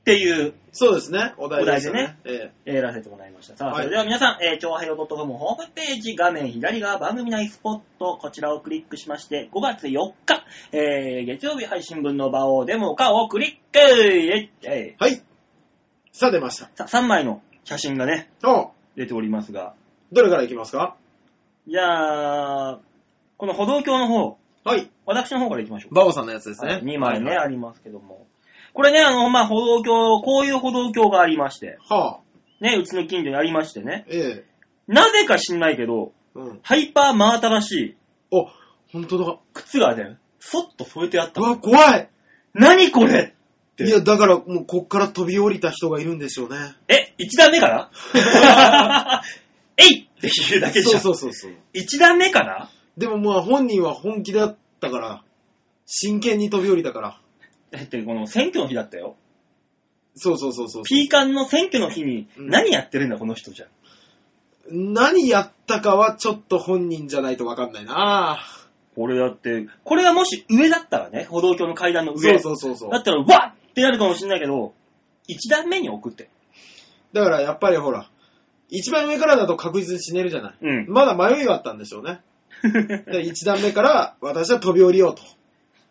Speaker 2: ていう、
Speaker 3: そうですね、お題でしたね。ええ
Speaker 2: えーやらせてもらいました。さあ、
Speaker 3: は
Speaker 2: そ
Speaker 3: い
Speaker 2: れでは皆さん、えー、超平洋 .com ホームページ画面左側番組内スポット、こちらをクリックしまして、5月4日、えー、月曜日配信分の場をデモかをクリックえいえい
Speaker 3: はい。さあ、出ました。
Speaker 2: さ3枚の写真がね、
Speaker 3: お
Speaker 2: 出ておりますが、
Speaker 3: どれからいきますか
Speaker 2: じゃあ、この歩道橋の方、
Speaker 3: はい。
Speaker 2: 私の方から行きましょうか。
Speaker 3: バオさんのやつです
Speaker 2: はい
Speaker 3: ね。
Speaker 2: 2枚ね、
Speaker 3: はい
Speaker 2: ありますけども。これね、あの、まあ、歩道橋、こういう歩道橋がありまして、
Speaker 3: はあ、
Speaker 2: ね、うちの近所にありましてね、
Speaker 3: ええ。
Speaker 2: なぜか知んないけど、
Speaker 3: うん。
Speaker 2: ハイパー真新しい
Speaker 3: お、ほんとだ。
Speaker 2: 靴がね、そっと添えてあった
Speaker 3: う。わ、怖い
Speaker 2: 何これ
Speaker 3: いや、だから、もう、こっから飛び降りた人がいるんでしょうね。
Speaker 2: え、1段目から えいっていうだけじゃ。
Speaker 3: そうんそうそうそう。
Speaker 2: 1段目から
Speaker 3: でもまあ本人は本気だったから、真剣に飛び降りたから。
Speaker 2: だってこの選挙の日だったよ。
Speaker 3: そうそうそうそう。
Speaker 2: ピーカンの選挙の日に
Speaker 3: うん
Speaker 2: 何やってるんだ、この人じゃ。
Speaker 3: 何やったかはちょっと本人じゃないとわかんないな
Speaker 2: これだって、これがもし上だったらね、歩道橋の階段の
Speaker 3: そう
Speaker 2: 上。
Speaker 3: そうそうそう
Speaker 2: だ。ったら、わっってなるかもしれないけど、1段目に送って。
Speaker 3: だからやっぱりほら、一番上からだと確実に死ねるじゃない。
Speaker 2: うん。
Speaker 3: まだ迷いがあったんでしょうね。で一段目から私は飛び降りようと。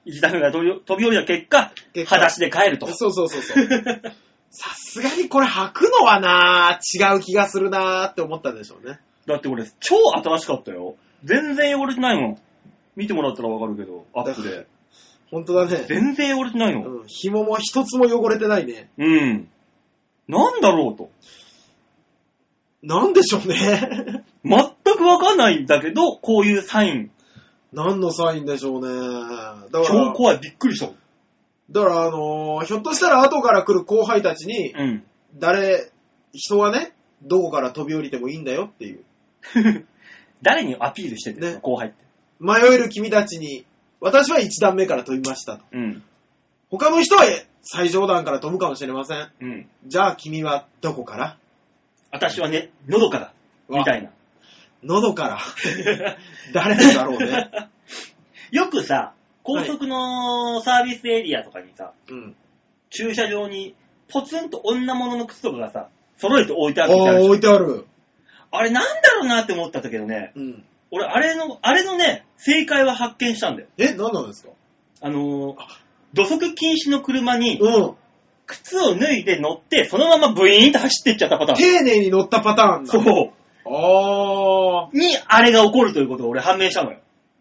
Speaker 2: 1段目が飛び飛び降りた結果、
Speaker 3: 結果
Speaker 2: 裸足で帰ると。
Speaker 3: そうそうそうそう。さすがにこれ履くのはな違う気がするなって思ったんでしょうね。
Speaker 2: だってこれ、超新しかったよ。全然汚れてないもん。見てもらったらわかるけど、アップで。
Speaker 3: 本当だね。
Speaker 2: 全然汚れてないの。
Speaker 3: うん、紐も一つも汚れてないね。
Speaker 2: うん。なんだろうと。
Speaker 3: なんでしょうね。
Speaker 2: 全くわかんないんだけど、こういうサイン。
Speaker 3: 何のサインでしょうね。だか
Speaker 2: 超
Speaker 3: ら、
Speaker 2: 怖い。びっくりした。
Speaker 3: だからあのーひょっとしたら後から来る後輩たちに、
Speaker 2: うん。
Speaker 3: 誰、人はね、どこから飛び降りてもいいんだよっていう。
Speaker 2: 誰にアピールしてんの
Speaker 3: ね
Speaker 2: 後輩って。
Speaker 3: 迷える君たちに、私は1段目から飛びましたと。
Speaker 2: うん。
Speaker 3: 他の人は最上段から飛ぶかもしれません。
Speaker 2: うん。
Speaker 3: じゃあ君はどこから
Speaker 2: 私はね、のどかだ。みたいな。
Speaker 3: 喉 から。誰なんだろうね。
Speaker 2: よくさ、高速のサービスエリアとかにさ、
Speaker 3: うん。
Speaker 2: 駐車場にポツンと女物の靴とかがさ、揃えて置いて
Speaker 3: あ
Speaker 2: あ
Speaker 3: あ
Speaker 2: るみたい
Speaker 3: ー、
Speaker 2: な。
Speaker 3: 置いてある。
Speaker 2: あれなんだろうなって思ったんだけどね、
Speaker 3: うん。
Speaker 2: 俺あれの、あれのね、正解は発見したんだよ。
Speaker 3: え、何なんですか
Speaker 2: あのー、土足禁止の車に
Speaker 3: うん。
Speaker 2: 靴を脱いで乗って、そのままブイーンと走ってっちゃったパターン。
Speaker 3: 丁寧に乗ったパターンだ。
Speaker 2: そう。
Speaker 3: ああ。
Speaker 2: にあれが起こるということを俺判明したのよ。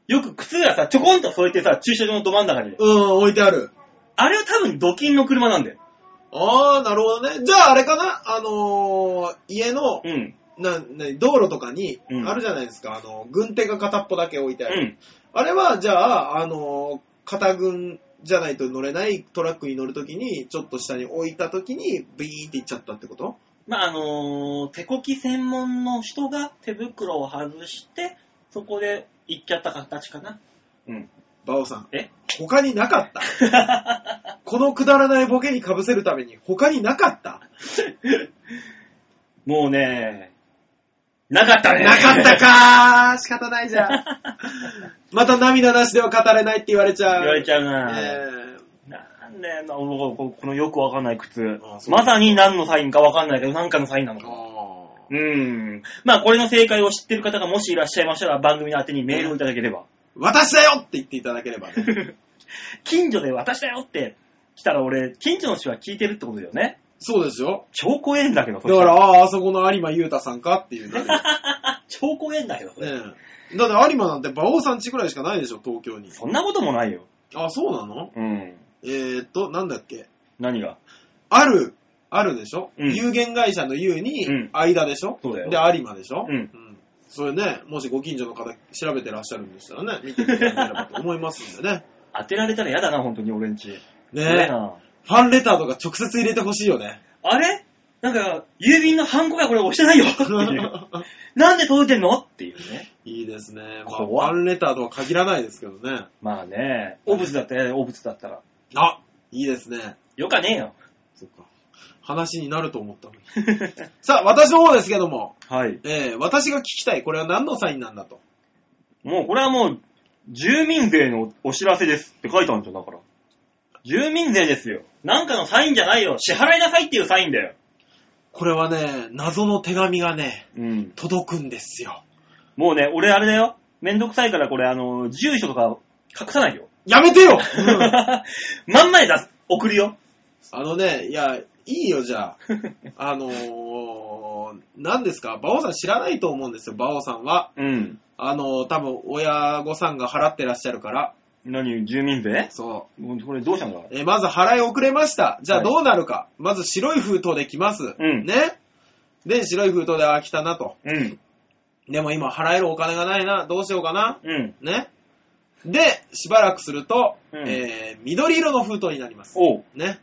Speaker 2: よく靴がさ、ちょこんと添えてさ、駐車場のど真ん中に。
Speaker 3: うん、置いてある。
Speaker 2: あれは多分土金の車なんだよ。
Speaker 3: ああ、なるほどね。じゃああれかなあのー、家の、
Speaker 2: うん。
Speaker 3: な、なに、道路とかに
Speaker 2: う、ん
Speaker 3: あるじゃないですか。あの、軍手が片っぽだけ置いてあ
Speaker 2: う
Speaker 3: る。
Speaker 2: ん。
Speaker 3: あれは、じゃあ、あのー、片軍じゃないと乗れないトラックに乗るときに、ちょっと下に置いたときに、ビーンって行っちゃったってこと
Speaker 2: まあ、あのー手こき専門の人が手袋を外して、そこで行っちゃった形かな。うん。
Speaker 3: バオさん。
Speaker 2: え
Speaker 3: 他になかった。 このくだらないボケに被せるために、他になかった。
Speaker 2: もうね、なかったね。
Speaker 3: なかったかー仕方ないじゃ ん。また涙なしでは語れないって言われちゃ
Speaker 2: 言
Speaker 3: う。
Speaker 2: われちゃう
Speaker 3: ゃ
Speaker 2: な、
Speaker 3: え
Speaker 2: なんだよな、このこのよくわかんない靴
Speaker 3: あ。そう
Speaker 2: まさに何のサインかわかんないけど、何かのサインなの
Speaker 3: ー
Speaker 2: か。うーん。まあ、これの正解を知ってる方がもしいらっしゃいましたら、番組の宛てにメールをいただければ。
Speaker 3: 私だよって言っていただければね。
Speaker 2: 近所で私だよって来たら俺、近所の人は聞いてるってことだよね。
Speaker 3: そうですよ。
Speaker 2: 超怖えんだけど、そ
Speaker 3: だから、ああ、あそこの有馬優太さんかっていうな るよ。
Speaker 2: 超怖えんだけど、それ
Speaker 3: ねえ。だって有馬なんて馬王さんちくらいしかないでしょ、東京に。
Speaker 2: そんなこともないよ。
Speaker 3: あ、そうなの
Speaker 2: うん。
Speaker 3: えーっと、なんだっけ。
Speaker 2: 何が
Speaker 3: ある、あるでしょ、
Speaker 2: うん
Speaker 3: 有限会社の
Speaker 2: う
Speaker 3: U に
Speaker 2: ん、
Speaker 3: 間でしょ、
Speaker 2: そうだよ
Speaker 3: で、有馬でしょ
Speaker 2: うん
Speaker 3: それね、もしご近所の方調べてらっしゃるんでしたらね、見ていただければと思いますん でね。
Speaker 2: 当てられたら嫌だな、本当に俺んち。怖
Speaker 3: ね
Speaker 2: えな
Speaker 3: ファンレターとか直接入れてほしい よね。
Speaker 2: あれなんか、郵便のハンコがこれ押してないよって いう。なんで届いてんのっていうね。
Speaker 3: いいですね。まあ、フ
Speaker 2: 怖っ
Speaker 3: ァンレターとは限らないですけどね。
Speaker 2: まあね、オブスだったら、オブスだったら。
Speaker 3: あ、いいですね。
Speaker 2: よかねえよ。
Speaker 3: そっか。話になると思ったのに。さあ、私の方ですけども、
Speaker 2: はい。
Speaker 3: えー私が聞きたい。これは何のサインなんだと。
Speaker 2: もうこれはもう、住民税のお知らせですって書いたんですよ、だから。住民税ですよ。なんかのサインじゃないよ。支払いなさいっていうサインだよ。
Speaker 3: これはね、謎の手紙がね、
Speaker 2: うん。
Speaker 3: 届くんですよ。
Speaker 2: もうね、俺あれだよ。めんどくさいからこれ、あの、住所とか隠さないよ。
Speaker 3: やめてよ、
Speaker 2: まんまで出す。送るよ。
Speaker 3: あのね、いや、いいよ、じゃあ。 あのー、何ですか馬王さん知らないと思うんですよ、馬王さんは。
Speaker 2: うん。
Speaker 3: あのー、多分、親御さんが払ってらっしゃるから。
Speaker 2: 何住民税
Speaker 3: そ
Speaker 2: これどうしたんだ
Speaker 3: う。えーまず払い遅れました。じゃあ
Speaker 2: はい
Speaker 3: どうなるか。まず白い封筒で来ます。
Speaker 2: うん
Speaker 3: ね。で、白い封筒で、あ、来たなと。
Speaker 2: うん。
Speaker 3: でも今払えるお金がないな。どうしようかな。
Speaker 2: うん。
Speaker 3: ね。で、しばらくすると、
Speaker 2: うん
Speaker 3: えー緑色の封筒になります。
Speaker 2: おう。
Speaker 3: ね。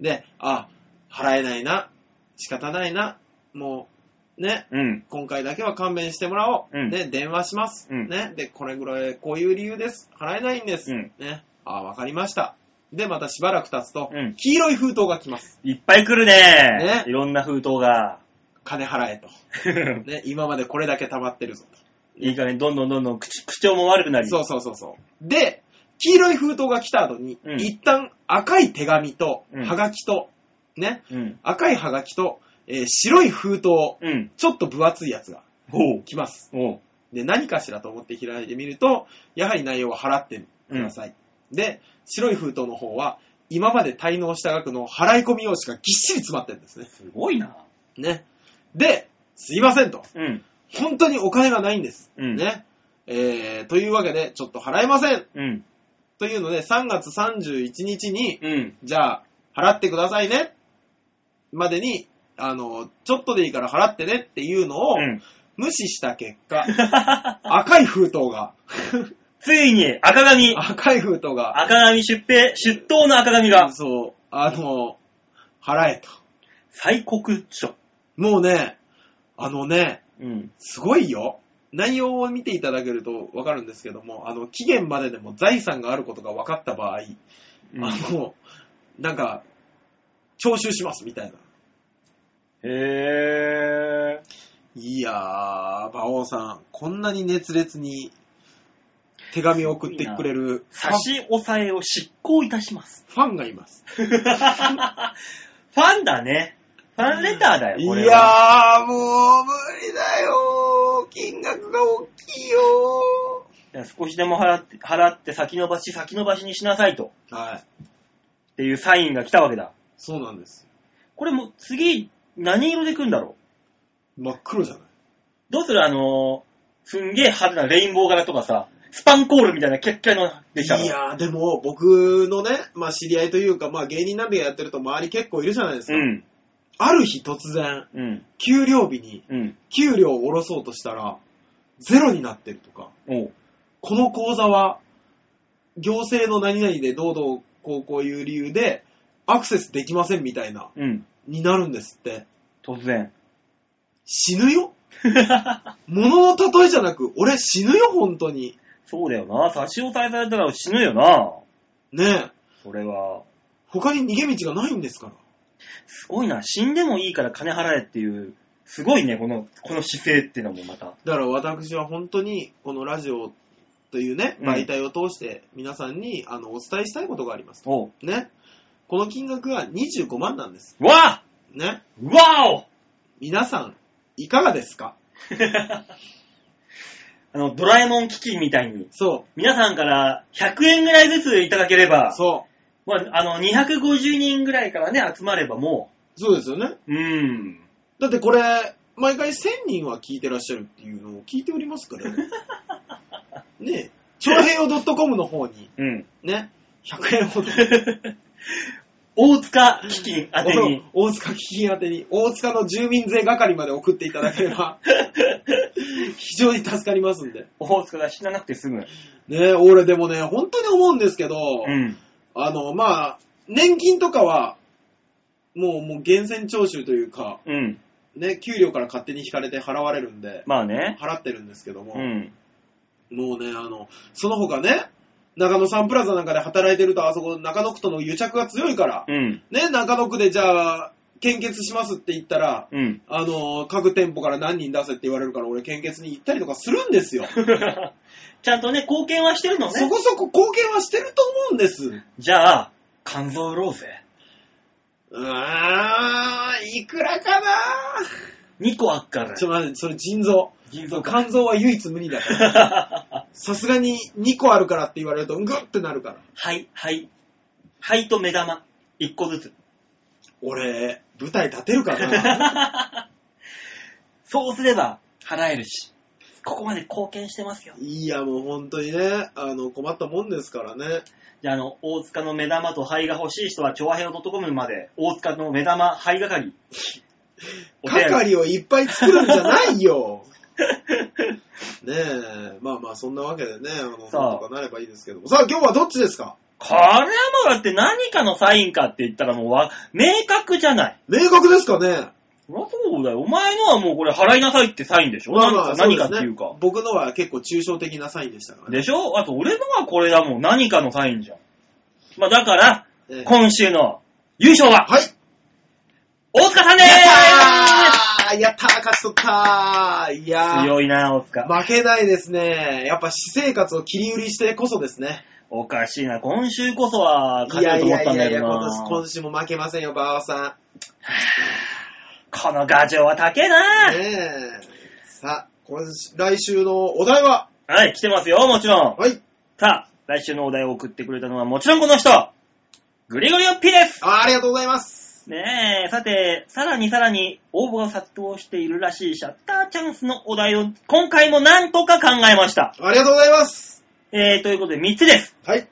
Speaker 3: で、あ、払えないな。仕方ないな。もう、ね。
Speaker 2: うん。
Speaker 3: 今回だけは勘弁してもらおう。
Speaker 2: うん
Speaker 3: ね、電話します、
Speaker 2: うん
Speaker 3: ね。で、これぐらい、こういう理由です。払えないんです。
Speaker 2: うん
Speaker 3: ね。あ、わかりました。で、またしばらく経つと、
Speaker 2: うん
Speaker 3: 黄色い封筒が来ます。
Speaker 2: いっぱい来るね
Speaker 3: ね
Speaker 2: いろんな封筒 が。
Speaker 3: 金払えと。ね、今までこれだけ溜まってるぞ
Speaker 2: いい加減、どんどんどんどん口、口調も悪くな
Speaker 3: と。
Speaker 2: り。
Speaker 3: そうそうそうそう。で、黄色い封筒が来た後に、
Speaker 2: うん
Speaker 3: 一旦赤い手紙と
Speaker 2: う、ん
Speaker 3: はがきと、ね、
Speaker 2: うん。
Speaker 3: 赤いはがきと、えー白い封筒、
Speaker 2: うん。
Speaker 3: ちょっと分厚いやつが
Speaker 2: おう。
Speaker 3: 来ます。
Speaker 2: おう。
Speaker 3: で、何かしらと思って開いてみると、やはり内容は払ってください。で、白い封筒の方は、今まで滞納した額の払い込み用紙がぎっしり詰まってるんですね。
Speaker 2: すごいな。
Speaker 3: ね。で、すいませんと。
Speaker 2: うん。
Speaker 3: 本当にお金がないんです。
Speaker 2: うん
Speaker 3: ね。えー、というわけで、ちょっと払えません
Speaker 2: うん。
Speaker 3: というので、3月31日に、
Speaker 2: うん。
Speaker 3: じゃあ、払ってくださいねまでに、あの、ちょっとでいいから払ってねっていうのを、
Speaker 2: うん。
Speaker 3: 無視した結果、赤い封筒が、
Speaker 2: ついに、赤髪。
Speaker 3: 赤い封筒が、
Speaker 2: 赤髪出兵、出頭の赤髪が、
Speaker 3: そう、あの、払えと。
Speaker 2: 最国書。
Speaker 3: もうね、あのね、
Speaker 2: うん。
Speaker 3: すごいよ。内容を見ていただけるとわかるんですけども、あの、期限まででも財産があることが分かった場合、
Speaker 4: うん
Speaker 3: あの、なんか、徴収しますみたいな。
Speaker 4: へ
Speaker 3: いやー、馬王さん、こんなに熱烈に手紙を送ってくれるファ
Speaker 2: 差し押さえを執行いたし ます。
Speaker 3: ファンがいます。
Speaker 2: ファンだね。ファンレターだよ、
Speaker 3: い
Speaker 2: これは。
Speaker 3: やー、もう無理だよー。金額が大きいよ
Speaker 2: いや少しでも払って、払って先延ばし、先延ばしにしなさいと。
Speaker 3: ー。はい。
Speaker 2: っていうサインが来たわけだ。
Speaker 3: そうなんです。
Speaker 2: これもう次、何色で来るんだろ
Speaker 3: 真っ黒じゃないう
Speaker 2: どうするあのー、すんげえ派手なレインボー柄とかさ、スパンコールみたいなキャッキャのできたら
Speaker 3: いやー、でも僕のね、まあ知り合いというか、まあ芸人なんでやってると周り結構いるじゃないですか。
Speaker 2: うん、
Speaker 3: ある日突然、
Speaker 2: うん、
Speaker 3: 給料日に
Speaker 2: うん。
Speaker 3: 給料を下ろそうとしたら、ゼロになってるとか、
Speaker 2: おう
Speaker 3: この口座は、行政の何々でどうどうこうこういう理由で、アクセスできませんみたいな、
Speaker 2: うん。
Speaker 3: になるんですって。
Speaker 2: 突然。
Speaker 3: 死ぬよ物の例えじゃなく、俺死ぬよ、本当に。
Speaker 2: そうだよな。差し押さえされたら死ぬよな。
Speaker 3: ねえ。
Speaker 2: それは。
Speaker 3: 他に逃げ道がないんですから。
Speaker 2: すごいな。死んでもいいから金払えっていう、すごいね、この、この姿勢っていうのもまた。
Speaker 3: だから私は本当に、このラジオというね、
Speaker 2: うん
Speaker 3: 媒体を通して皆さんに、あの、お伝えしたいことがあります。
Speaker 2: おう
Speaker 3: ね。この金額が25万なんです。
Speaker 2: わ
Speaker 3: ね。
Speaker 2: ーわ
Speaker 3: 皆さん、いかがですか
Speaker 2: おあの、ドラえもん基金みたいに、
Speaker 3: そ
Speaker 2: 皆さんから100円ぐらいずついただけれ
Speaker 3: う。
Speaker 2: ば、
Speaker 3: そ
Speaker 2: まあ、あの、250人ぐらいからね、集まればも
Speaker 3: う。そうですよね。
Speaker 2: う、うーん。
Speaker 3: だってこれ、毎回1000人は聞いてらっしゃるっていうのを聞いております から。ねえ。長平洋 .com の方に、
Speaker 2: うん。
Speaker 3: ね。100円ほど。
Speaker 2: 大塚基金宛てに。
Speaker 3: 大塚基金宛てに、大塚の住民税係まで送っていただけれ ば、非常に助かりますんで。
Speaker 2: 大塚が死ななくて済む。
Speaker 3: ねえ、俺でもね、本当に思うんですけど、
Speaker 2: うん。
Speaker 3: あの、まあ、年金とかは、もう、もう源泉徴収というか、
Speaker 2: うん。
Speaker 3: ね、給料から勝手に引かれて払われるんで、
Speaker 2: まあね。
Speaker 3: 払ってるんですけども、
Speaker 2: うん。
Speaker 3: もうね、あの、その他ね、中野サンプラザなんかで働いてると、あそこ中野区との癒着が強いから、
Speaker 2: うん。
Speaker 3: ね、中野区でじゃあ、献血しますって言ったら、
Speaker 2: うん。
Speaker 3: あの、各店舗から何人出せって言われるから、俺献血に行ったりとかするんですよ。
Speaker 2: ちゃんとね、貢献はしてるの
Speaker 3: そ
Speaker 2: ね。
Speaker 3: こそこ貢献はしてると思うんです。
Speaker 2: じゃあ、肝臓売ろうぜ。
Speaker 3: うーん、いくらかな
Speaker 2: 2個あっから。
Speaker 3: ちょっと待って、それ腎臓。
Speaker 2: 腎臓か。
Speaker 3: 肝臓は唯一無二だから。 さすがに2個あるからって言われると、グッてなるから。
Speaker 2: はい、はい。はいと目玉。1個ずつ。
Speaker 3: 俺、舞台立てるかな
Speaker 2: そうすれば、払えるし。ここまで貢献してますよ。
Speaker 3: いや、もう本当にね、あの、困ったもんですからね。
Speaker 2: じゃあ、あの、大塚の目玉と灰が欲しい人は、調和平を .com まで、大塚の目玉、灰係。お手紙
Speaker 3: 係をいっぱい作るんじゃな いよ。ねえ、まあまあ、そんなわけでね、あの、
Speaker 2: さあ
Speaker 3: なんとかなればいいですけども。さあ、今日はどっちですか
Speaker 2: これはもうだって何かのサインかって言ったらもうわ、明確じゃない。
Speaker 3: 明確ですか
Speaker 2: そ
Speaker 3: ね
Speaker 2: りゃそうだよ。お前のはもうこれ払いなさいってサインでしょ、
Speaker 3: まあまあ
Speaker 2: 何
Speaker 3: そ
Speaker 2: か何かっ
Speaker 3: です
Speaker 2: てい
Speaker 3: ね
Speaker 2: うか。
Speaker 3: 僕のは結構抽象的なサインでしたからね。
Speaker 2: でしょあと俺のはこれだもん。何かのサインじゃん。まあだから、
Speaker 3: ええ
Speaker 2: 今週の優勝は、
Speaker 3: はい
Speaker 2: 大塚さんで
Speaker 3: やったーやったー勝ち取ったーい
Speaker 2: ーす
Speaker 3: やー
Speaker 2: 強いな、大塚。
Speaker 3: 負けないですね。やっぱ私生活を切り売りしてこそですね。
Speaker 2: おかしいな。今週こそは
Speaker 3: い
Speaker 2: 勝て
Speaker 3: や
Speaker 2: ると
Speaker 3: い
Speaker 2: 思っ
Speaker 3: や
Speaker 2: たん
Speaker 3: い
Speaker 2: だ
Speaker 3: や
Speaker 2: け
Speaker 3: いや、
Speaker 2: ど
Speaker 3: 今
Speaker 2: な
Speaker 3: 年。今週も負けませんよ、バオさ
Speaker 2: このガジョウは高え
Speaker 3: ん。
Speaker 2: な。
Speaker 3: ねえ。さあ、今週来週のお題は
Speaker 2: はい、来てますよ、もちろん。
Speaker 3: はい。
Speaker 2: さあ、来週のお題を送ってくれたのはもちろんこの人グリゴリオッピーです
Speaker 3: あありがとうございます。
Speaker 2: ねえ、さて、さらにさらに応募が殺到しているらしいシャッターチャンスのお題を今回もなんとか考えました。
Speaker 3: ありがとうございます。
Speaker 2: えー、ということで3つです。
Speaker 3: はい。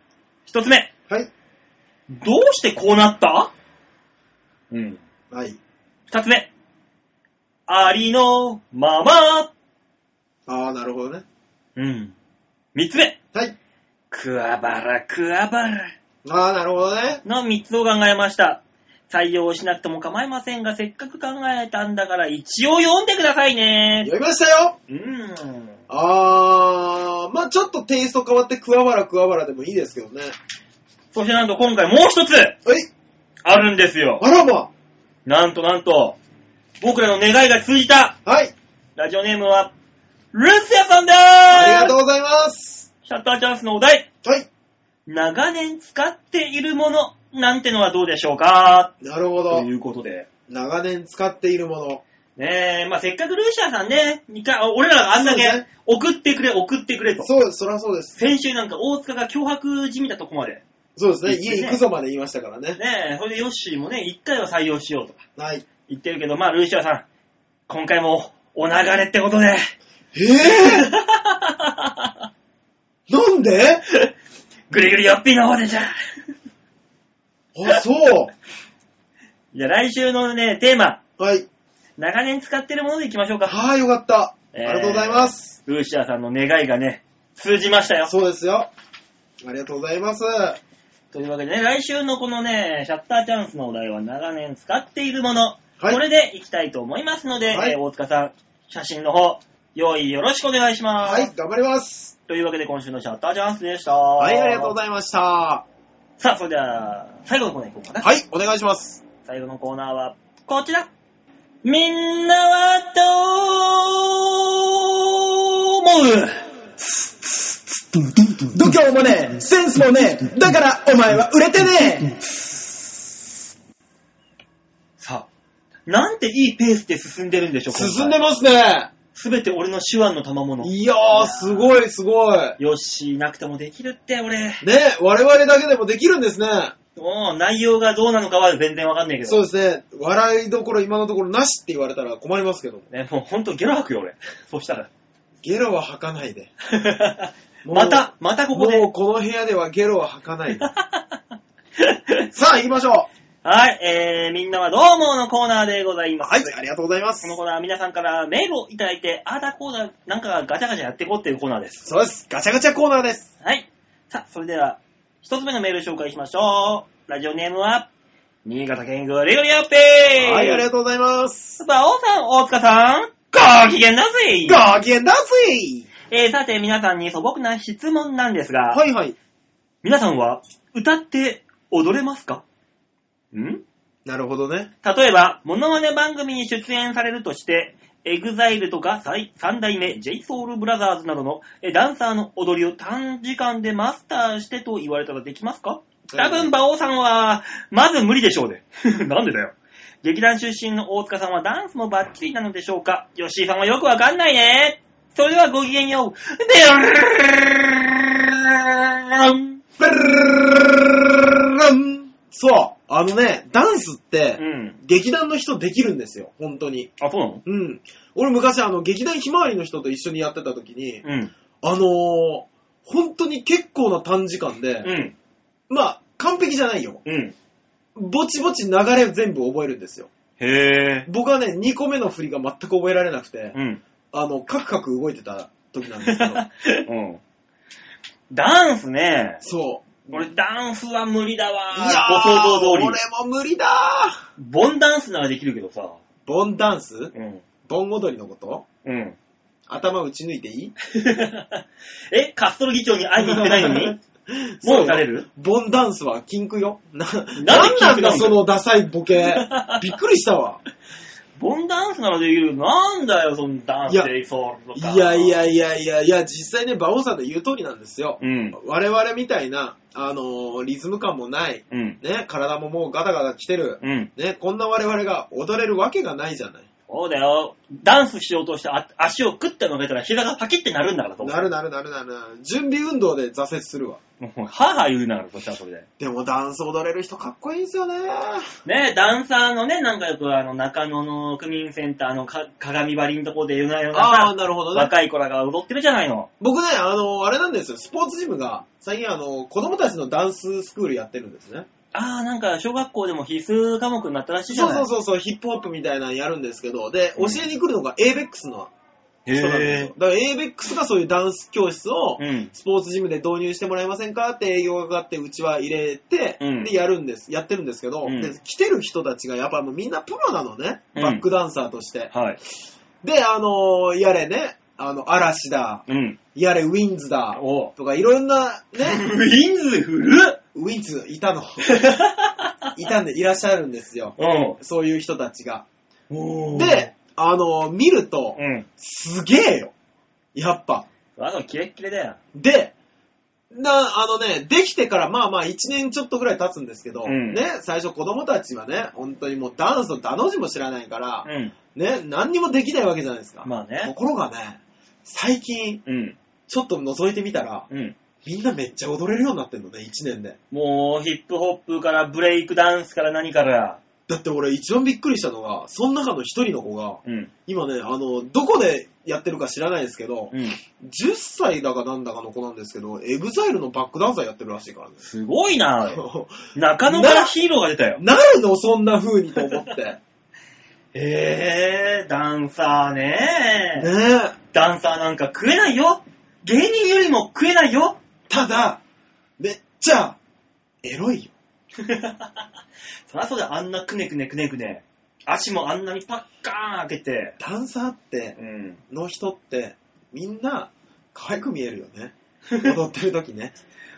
Speaker 2: 1つ目、
Speaker 3: はい。
Speaker 2: どうしてこうなったうん。
Speaker 3: はい。
Speaker 2: 2つ目、ありのまま
Speaker 3: ああ、なるほどね。
Speaker 2: うん。3つ目、
Speaker 3: はい。
Speaker 2: くわばらくわばら。
Speaker 3: ああ、なるほどね。
Speaker 2: の3つを考えました。採用しなくても構いませんが、せっかく考えたんだから一応読んでくださいね。
Speaker 3: 読みましたよ
Speaker 2: うーん。
Speaker 3: あー、まあちょっとテイスト変わって、桑原桑原でもいいですけどね。
Speaker 2: そしてなんと今回もう一つ
Speaker 3: えい
Speaker 2: あるんですよ。
Speaker 3: あらま
Speaker 2: なんとなんと、僕らの願いが通じた、
Speaker 3: はい
Speaker 2: ラジオネームは、ルスヤさんでーす
Speaker 3: ありがとうございます
Speaker 2: シャッターチャンスのお題、
Speaker 3: はい
Speaker 2: 長年使っているものなんてのはどうでしょうか
Speaker 3: なるほ
Speaker 2: と
Speaker 3: ど。
Speaker 2: いうことで。
Speaker 3: 長年使っているもの。
Speaker 2: ねえ、まあせっかくルーシャーさんね、二回、俺らがあんだ
Speaker 3: そうです
Speaker 2: け
Speaker 3: ね、
Speaker 2: 送ってくれ、送ってくれと。
Speaker 3: そう、そらそうです。
Speaker 2: 先週なんか大塚が脅迫じみたとこまで。
Speaker 3: そうですね。
Speaker 2: 言ってね
Speaker 3: 家行くぞまで言いましたからね。
Speaker 2: ねえ、それでヨッシーもね、一回は採用しようとか
Speaker 3: はい。
Speaker 2: 言ってるけど、まあルーシャーさん、今回もお流れってこと で、
Speaker 3: えぇ、なん で
Speaker 2: ぐりぐりよっぴーの方でじゃ。
Speaker 3: あ、そう。
Speaker 2: じゃあ来週のね、テーマ、
Speaker 3: はい。
Speaker 2: 長年使ってるものでいきましょうか。
Speaker 3: はーい、よかった。
Speaker 2: えー
Speaker 3: ありがとうございます。
Speaker 2: ルーシアさんの願いがね、通じましたよ。
Speaker 3: そうですよ。ありがとうございます。は
Speaker 2: というわけでね、来週のこのね、シャッターチャンスのお題は長年使っているもの。
Speaker 3: はい
Speaker 2: これでいきたいと思いますので、
Speaker 3: はい
Speaker 2: えー大塚さん、写真の方、用意よろしくお願いします。
Speaker 3: い、頑張ります。
Speaker 2: というわけで今週のシャッターチャンスでした。
Speaker 3: はい、ありがとうご
Speaker 2: い
Speaker 3: ざいました。
Speaker 2: ます。さあ、それでは、最後のコーナー行こうかな。
Speaker 3: はい、お願いします。
Speaker 2: 最後のコーナーは、こちら。みんなはどう思う
Speaker 5: 度胸もねえ、センスもねえ、だからお前は売れてね
Speaker 2: さあ、なんていいペースで進んでるんでしょう
Speaker 3: 進んでますね。
Speaker 2: すべて俺の手腕の賜物。
Speaker 3: いやー、すごい、すごい。ね
Speaker 2: よし、なくてもできるって、俺。
Speaker 3: 我々だけでもできるんですね。
Speaker 2: もう、内容がどうなのかは全然わかんないけど。
Speaker 3: そうですね。笑いどころ、今のところなしって言われたら困りますけども。
Speaker 2: ね、もうほんとゲロ吐くよ、俺。 そうしたら。
Speaker 3: ゲロは吐かないで。もう
Speaker 2: また、またここ
Speaker 3: も
Speaker 2: で
Speaker 3: う。この部屋ではゲロは吐かない で。さあ、行きましょ。
Speaker 2: はい、えー、みんなはどう思うのコーナーでございうます。
Speaker 3: はい、ありがとうございます
Speaker 2: この。コーナーは皆さんからメールをいただいて、あーだこーだ、なんかガチャガチャやっていこうっていうコーナーです。
Speaker 3: そうです。ガチャガチャコーナーです。
Speaker 2: はい。さあ、それでは、一つ目のメール紹介しましょう。ラジオネームは、新潟県グレゴリアッペー
Speaker 3: はい、ありがとうございます。
Speaker 2: スバオさん、大塚さん、ご機嫌だぜ
Speaker 3: ご機嫌だぜ
Speaker 2: えー、さて皆さんに素朴な質問なんですが、
Speaker 3: はいはい。
Speaker 2: 皆さんは歌って踊れますかん
Speaker 3: なるほどね。
Speaker 2: 例えば、モノマネ番組に出演されるとして、エグザイルとか最三代目 j ソ o u l b r o t h e などのえダンサーの踊りを短時間でマスターしてと言われたらできますか多分、馬王さんは、まず無理でしょうね。 なんでだよ。劇団出身の大塚さんはダンスもバッチリなのでしょうか吉井さんはよくわかんないね。それではごきげんよう。でよ
Speaker 3: ブルルンそう。あのね、ダンスって
Speaker 2: う、ん。
Speaker 3: 劇団の人できるんですよ。本当に。
Speaker 2: あ、そうなの
Speaker 3: うん。俺昔、あの、劇団ひまわりの人と一緒にやってた時に、
Speaker 2: うん。
Speaker 3: あのー、本当に結構な短時間で、
Speaker 2: うん。
Speaker 3: まあ、完璧じゃないよ。
Speaker 2: うん。
Speaker 3: ぼちぼち流れ全部覚えるんですよ。
Speaker 2: へぇ
Speaker 3: 僕はね、2個目の振りが全く覚えられなくて
Speaker 2: ー。、うん。
Speaker 3: あの、カクカク動いてた時なんですけど、
Speaker 2: うん。ダンスね。
Speaker 3: そう。
Speaker 2: 俺、ダンスは無理だわ。
Speaker 3: いや
Speaker 2: ご想像通り
Speaker 3: 俺。も無理だー
Speaker 2: ボンダンスならできるけどさ。
Speaker 3: ボンダンス
Speaker 2: うん。
Speaker 3: ボン踊りのこと
Speaker 2: うん。
Speaker 3: 頭打ち抜いていい
Speaker 2: え、カストロ議長に会いに行ってないのにもう打たれる
Speaker 3: ボンダンスは禁句よ。な、なん
Speaker 2: 禁句な
Speaker 3: なんん
Speaker 2: だ
Speaker 3: だそのダサいボ ケ。びっくりしたわ。
Speaker 2: ボンダンスならできるけど、なんだよ、そのダンスでそうと
Speaker 3: い
Speaker 2: か。
Speaker 3: やい。やいやいやいや、実際ね、馬王さんの言う通りなんですよ。
Speaker 2: うん。
Speaker 3: 我々みたいな、あのーリズム感もない、
Speaker 2: うん。
Speaker 3: ね、体ももうガタガタ来てる、
Speaker 2: うん。
Speaker 3: ね、こんな我々が踊れるわけがないじゃない。
Speaker 2: そうだよ。ダンスしようとしてあ足をクッて曲げたら膝がパキッてなるんだからと思う。
Speaker 3: なるなるなるなるなる。準備運動で挫折するわ。
Speaker 2: もうはぁはぁ言うながら、そしたらそれで。
Speaker 3: でもダンス踊れる人かっこいいんすよね。
Speaker 2: ねダンサーのね、なんかよくあの、中野の区民センターのか鏡張りのとこで夜な夜
Speaker 3: ああ、
Speaker 2: なさ、
Speaker 3: なるほどね。
Speaker 2: 若い子らが踊ってるじゃないの。
Speaker 3: 僕ね、あの、あれなんですよ、スポーツジムが、最近あの、子供たちのダンススクールやってるんですね。
Speaker 2: ああ、なんか小学校でも必須科目になったらしいじゃ
Speaker 3: そう
Speaker 2: ない
Speaker 3: そうそうそう、ヒップホップみたいなのやるんですけど、で、
Speaker 2: う
Speaker 3: 教
Speaker 2: ん
Speaker 3: えに来るのが ABEX の
Speaker 2: う
Speaker 3: 人なんですよ。だから ABEX がそういうダンス教室を、
Speaker 2: うん。
Speaker 3: スポーツジムで導入してもらえませんかって営業がかかって、うちは入れて、
Speaker 2: うん
Speaker 3: で、やるんです、やってるんですけど、
Speaker 2: うん
Speaker 3: で来てる人たちがやっぱもうみんなプロなのね、
Speaker 2: うん
Speaker 3: バックダンサーとして。
Speaker 2: はい。
Speaker 3: で、あのーやれね、あの、嵐だ、
Speaker 2: うん。
Speaker 3: やれウィンズだ、
Speaker 2: おう
Speaker 3: とかいろんな、
Speaker 2: ウ
Speaker 3: ね、
Speaker 2: ィンズ古っ
Speaker 3: ウィンズい たの。いたんで、いらっしゃるんですよ。
Speaker 2: う
Speaker 3: そういう人たちが。
Speaker 2: ん。
Speaker 3: で、あの、見ると、
Speaker 2: うん。
Speaker 3: すげえよ。やっぱ。
Speaker 2: あの、キレッキレだよ。
Speaker 3: で、な、あのね、できてからまあまあ1年ちょっとぐらい経つんですけど、
Speaker 2: うん
Speaker 3: ね、最初子供たちはね、本当にもうダンスのダの字も知らないから、
Speaker 2: うん。
Speaker 3: ね、何にもできないわけじゃないですか。
Speaker 2: まあ
Speaker 3: と
Speaker 2: ね。
Speaker 3: ころがね、最近、
Speaker 2: うん。
Speaker 3: ちょっと覗いてみたら、
Speaker 2: うん。
Speaker 3: みんなめっちゃ踊れるようになってんのね、1年で。
Speaker 2: もう、ヒップホップからブレイクダンスから何から。
Speaker 3: だって俺一番びっくりしたのが、その中の一人の子が、
Speaker 2: うん。
Speaker 3: 今ね、あの、どこでやってるか知らないですけど、
Speaker 2: うん。
Speaker 3: 10歳だかなんだかの子なんですけど、エグザイルのバックダンサーやってるらしいからね。
Speaker 2: すごいな中野からヒーローが出たよ。
Speaker 3: なるのそんな風にと 思って。ね
Speaker 2: へえ、ダンサーね
Speaker 3: え。
Speaker 2: ダンサーなんか食えないよ芸人よりも食えないよ
Speaker 3: ただ、めっちゃ、エロいよ。
Speaker 2: そりゃそうだよ、あんなくねくねくねくね。足もあんなにパッカーン開けて。
Speaker 3: ダンサーって、
Speaker 2: うん。
Speaker 3: の人って、みんな、可愛く見えるよ ね。踊ってる時ね。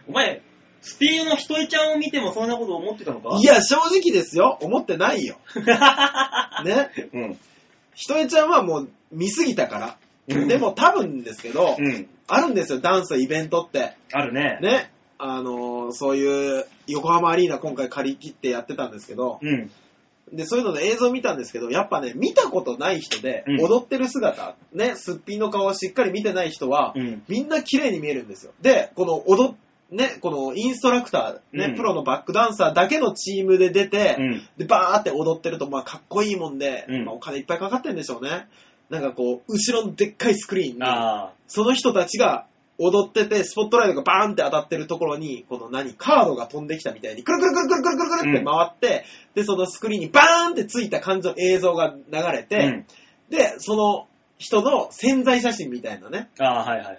Speaker 2: お前、スピードのひとえちゃんを見ても そんなこと思ってたのか
Speaker 3: いや、正直ですよ。思ってない よ。ね。
Speaker 2: うん。
Speaker 3: ひとえちゃんはもう、見すぎたから。
Speaker 2: うん
Speaker 3: でも多分ですけど、
Speaker 2: うん。
Speaker 3: あるんですよ、ダンスイベントって。
Speaker 2: あるね。
Speaker 3: ね。あのーそういう、横浜アリーナ今回借り切ってやってたんですけど、
Speaker 2: うん。
Speaker 3: で、そういうのの映像見たんですけど、やっぱね、見たことない人で
Speaker 2: う、ん
Speaker 3: 踊ってる姿、ね、すっぴんの顔をしっかり見てない人は、
Speaker 2: うん。
Speaker 3: みんな綺麗に見えるんですよ。で、この踊っ、ね、このインストラクター、ね、
Speaker 2: うん
Speaker 3: プロのバックダンサーだけのチームで出て、
Speaker 2: うん。
Speaker 3: で、バーって踊ってると、まあ、かっこいいもんで、
Speaker 2: うん
Speaker 3: まあ、お金いっぱいかかってんでしょうね。なんかこう、後ろのでっかいスクリーンに、
Speaker 2: あ
Speaker 3: その人たちが踊ってて、スポットライトがバーンって当たってるところに、この何、カードが飛んできたみたいに、くるくるくるくるくるくるくるって回って、で、そのスクリーンにバーンってついた感じの映像が流れ
Speaker 2: あ。う
Speaker 3: て、
Speaker 2: ん。
Speaker 3: で、その人の潜在写真みたいなね、
Speaker 2: ああ、はいはいはい。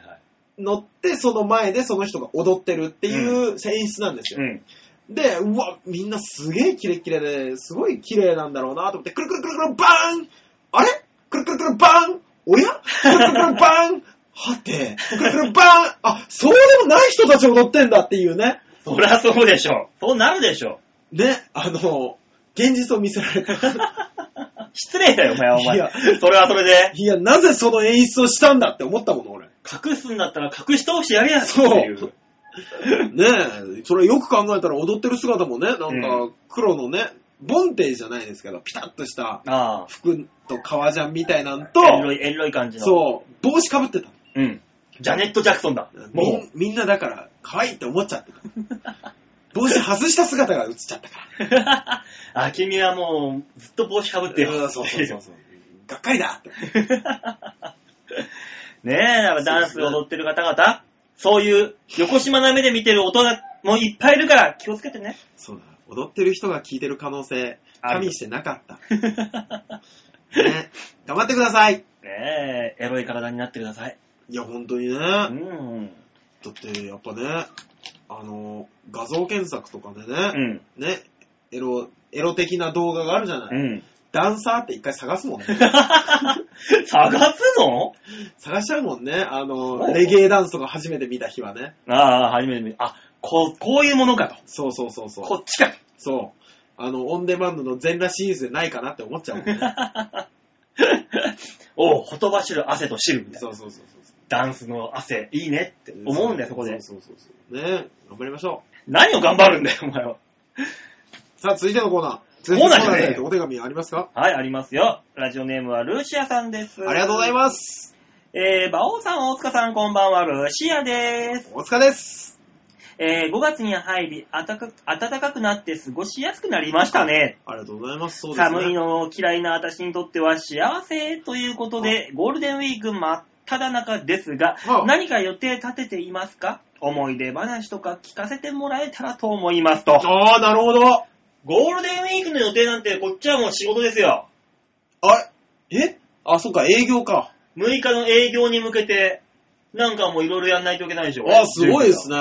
Speaker 3: 乗って、その前でその人が踊ってるっていう演出なんですよ。
Speaker 2: うん。
Speaker 3: で、うわ、みんなすげえキレッキレで、すごい綺麗なんだろうなと思って、くるくるくるくるバーンあれくるくるくるバーンおやくるく るくるバーンはて、くるくるバーンあ、そうでもない人たち踊ってんだっていうね。
Speaker 2: そりゃそうでしょ。そうなるでしょ。
Speaker 3: ね、あの、現実を見せら れた。
Speaker 2: 失礼だよ、お前はお
Speaker 3: いや
Speaker 2: 前。それはそれで。
Speaker 3: いや、なぜその演出をしたんだって思ったもの、 俺。
Speaker 2: 隠すんだったら隠し通してやれや
Speaker 3: そう
Speaker 2: っていう
Speaker 3: ねえ、それよく考えたら踊ってる姿もね、な
Speaker 2: う
Speaker 3: んか黒のね、ボンテージじゃないですけど、ピタッとした
Speaker 2: ああ。
Speaker 3: 服と革ジャンみたいなんと、
Speaker 2: エンロイ、エンロイ感じの。
Speaker 3: そう、帽子かぶってた。
Speaker 2: う。うん。ジャネット・ジャクソンだ。
Speaker 3: み
Speaker 2: も
Speaker 3: んみんなだから、可愛いって思っちゃってた。帽子外した姿が映っちゃったから。
Speaker 2: う。 あ、君はもう、ずっと帽子かぶってよ。
Speaker 3: うんそうそうそうそう。がっかりだって。
Speaker 2: ねえ、だからダンス踊ってる方々、そういう横島な目で見てる大人もいっぱいいるから気をつけてね。
Speaker 3: そうだ、踊ってる人が聞いてる可能性、
Speaker 2: ある
Speaker 3: 加味してなかった。ね、頑張ってください。
Speaker 2: ねえ、エロい体になってください。
Speaker 3: いや、本当にね。
Speaker 2: う
Speaker 3: だ
Speaker 2: ん。
Speaker 3: って、やっぱね、あの、画像検索とかで
Speaker 2: う
Speaker 3: ね、
Speaker 2: ん。
Speaker 3: ね、エロ、エロ的な動画があるじゃない。
Speaker 2: うん。
Speaker 3: ダンサーって一回探すもんね。
Speaker 2: 探すの
Speaker 3: 探しちゃうもんね。あの、
Speaker 2: う
Speaker 3: レゲエダンスとか初めて見た日はね。
Speaker 2: ああ、初めて見あ、こう、こういうものかと。
Speaker 3: そうそうそうそう。
Speaker 2: こっちか。
Speaker 3: そう。あの、オンデマンドの全裸シリーズでないかなって思っちゃうも んね。
Speaker 2: おう、ほとばしる汗と汁みたいな。
Speaker 3: そうそうそうそ
Speaker 2: ダンスの汗、いいねって
Speaker 3: う。
Speaker 2: 思うんだよ、そこで。
Speaker 3: そうそうそうそう。ね頑張りましょ
Speaker 2: 何を頑張るんだよ、お前は。
Speaker 3: う。さあ、続いてのコーナー。
Speaker 2: コーナーじゃねえよ
Speaker 3: 続いてのコーナーでお手紙ありますか
Speaker 2: はい、ありますよ。ラジオネームはルーシアさんです。
Speaker 3: ありがとうござい
Speaker 2: す。
Speaker 3: ます。
Speaker 2: えー、馬王さん、大塚さん、こんばんは、ルーシアです。
Speaker 3: お疲れです。
Speaker 2: えー、5月に入り、暖か暖かくなって過ごしやすくなりましたね。
Speaker 3: ありがとうございます。そうですね。
Speaker 2: 寒いの嫌いな私にとっては幸せということで、ゴールデンウィーク真っ只中ですが、
Speaker 3: はあ
Speaker 2: 何か予定立てていますか思い出話とか聞かせてもらえたらと思いますと。
Speaker 3: ああ、なるほど。
Speaker 2: ゴールデンウィークの予定なんてこっちはもう仕事ですよ。
Speaker 3: あれえあ、そっか、営業か。
Speaker 2: 6日の営業に向けて、なんかもういろいろやんないといけないでしょ。
Speaker 3: あすごいですね。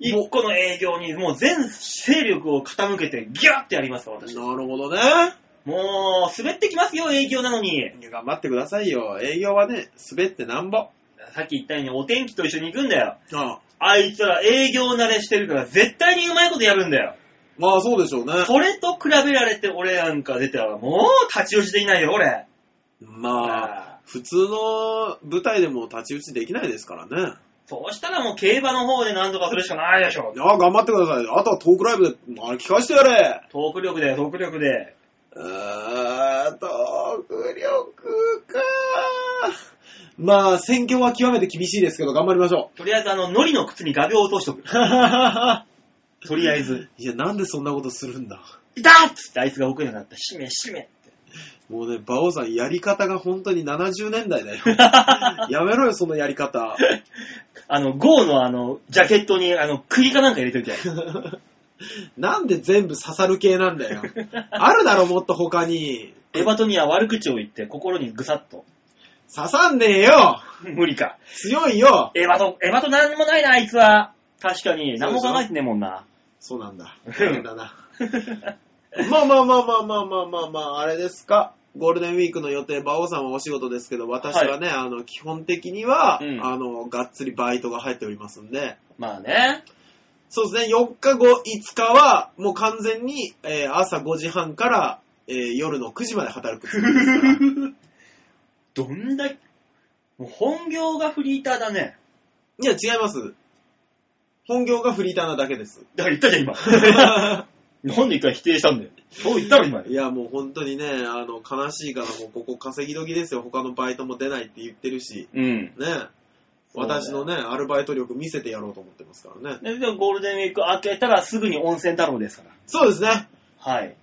Speaker 2: 一個の営業にもう全勢力を傾けてギュッてやりますわ、私。
Speaker 3: なるほどね。
Speaker 2: もう、滑ってきますよ、営業なのに。
Speaker 3: いや頑張ってくださいよ。営業はね、滑ってなんぼ。
Speaker 2: さっき言ったように、お天気と一緒に行くんだよ。
Speaker 3: ああ。
Speaker 2: あいつら営業慣れしてるから、絶対にうまいことやるんだよ。
Speaker 3: まあそうでしょうね。
Speaker 2: それと比べられて、俺なんか出たら、もう立ち打ちできないよ、俺。
Speaker 3: まあ、普通の舞台でも太刀打ちできないですからね。
Speaker 2: そうしたらもう競馬の方で何とかするしかないでしょ。
Speaker 3: ああ、頑張ってください。あとはトークライブで、あれ聞かせてやれ。
Speaker 2: トーク力だよ、トーク力で。
Speaker 3: あー、トーク力かまあ、選挙は極めて厳しいですけど、頑張りましょ
Speaker 2: とりあえず、あの、ノリの靴に画鋲を落としと く。
Speaker 3: う。
Speaker 2: とりあえず、
Speaker 3: いや、なんでそんなことするんだ。
Speaker 2: いたっつってあいつが奥になった。しめしめって。
Speaker 3: もうね、馬王さん、やり方が本当に70年代だよ。 やめろよ、そのやり方。
Speaker 2: あの、GO のあの、ジャケットに、あの、釘かなんか入れ といて。
Speaker 3: なんで全部刺さる系なんだよ。あるだろ、もっと他に。
Speaker 2: エバトには悪口を言って、心にぐさっと。
Speaker 3: 刺さんねえよ
Speaker 2: 無理か。
Speaker 3: 強いよ
Speaker 2: エバト、エバトなんもないな、あいつは。確かに、何も考えてねえもんな。
Speaker 3: そうな んだ。大変だな。まあまあまあまあまあまあまあまあ、あれですか。ゴールデンウィークの予定、馬王さんはお仕事ですけど、私はね、あの、基本的には、
Speaker 2: うん
Speaker 3: あの、がっつりバイトが入っておりますんで、
Speaker 2: まあ ね。
Speaker 3: そうですね、4日後、5日は、もう完全に、えー朝5時半から、えー夜の9時まで働くつもりです から。
Speaker 2: どんだけ、もう本業がフリーターだね。
Speaker 3: いや、違います。本業がフリーターなだけ です。
Speaker 2: だから言ったじゃん、今。なんで一回否定したんだよ。そう言ったろ、今。
Speaker 3: いや、もう本当にね、あの、悲しいから、もうここ稼ぎ時ですよ。他のバイトも出ないって言ってるし。
Speaker 2: うん。
Speaker 3: ね、私のね、アルバイト力見せてやろうと思ってますからね。
Speaker 2: で、でもゴールデンウィーク明けたらすぐに温泉太郎ですから。
Speaker 3: そうですね。
Speaker 2: はい。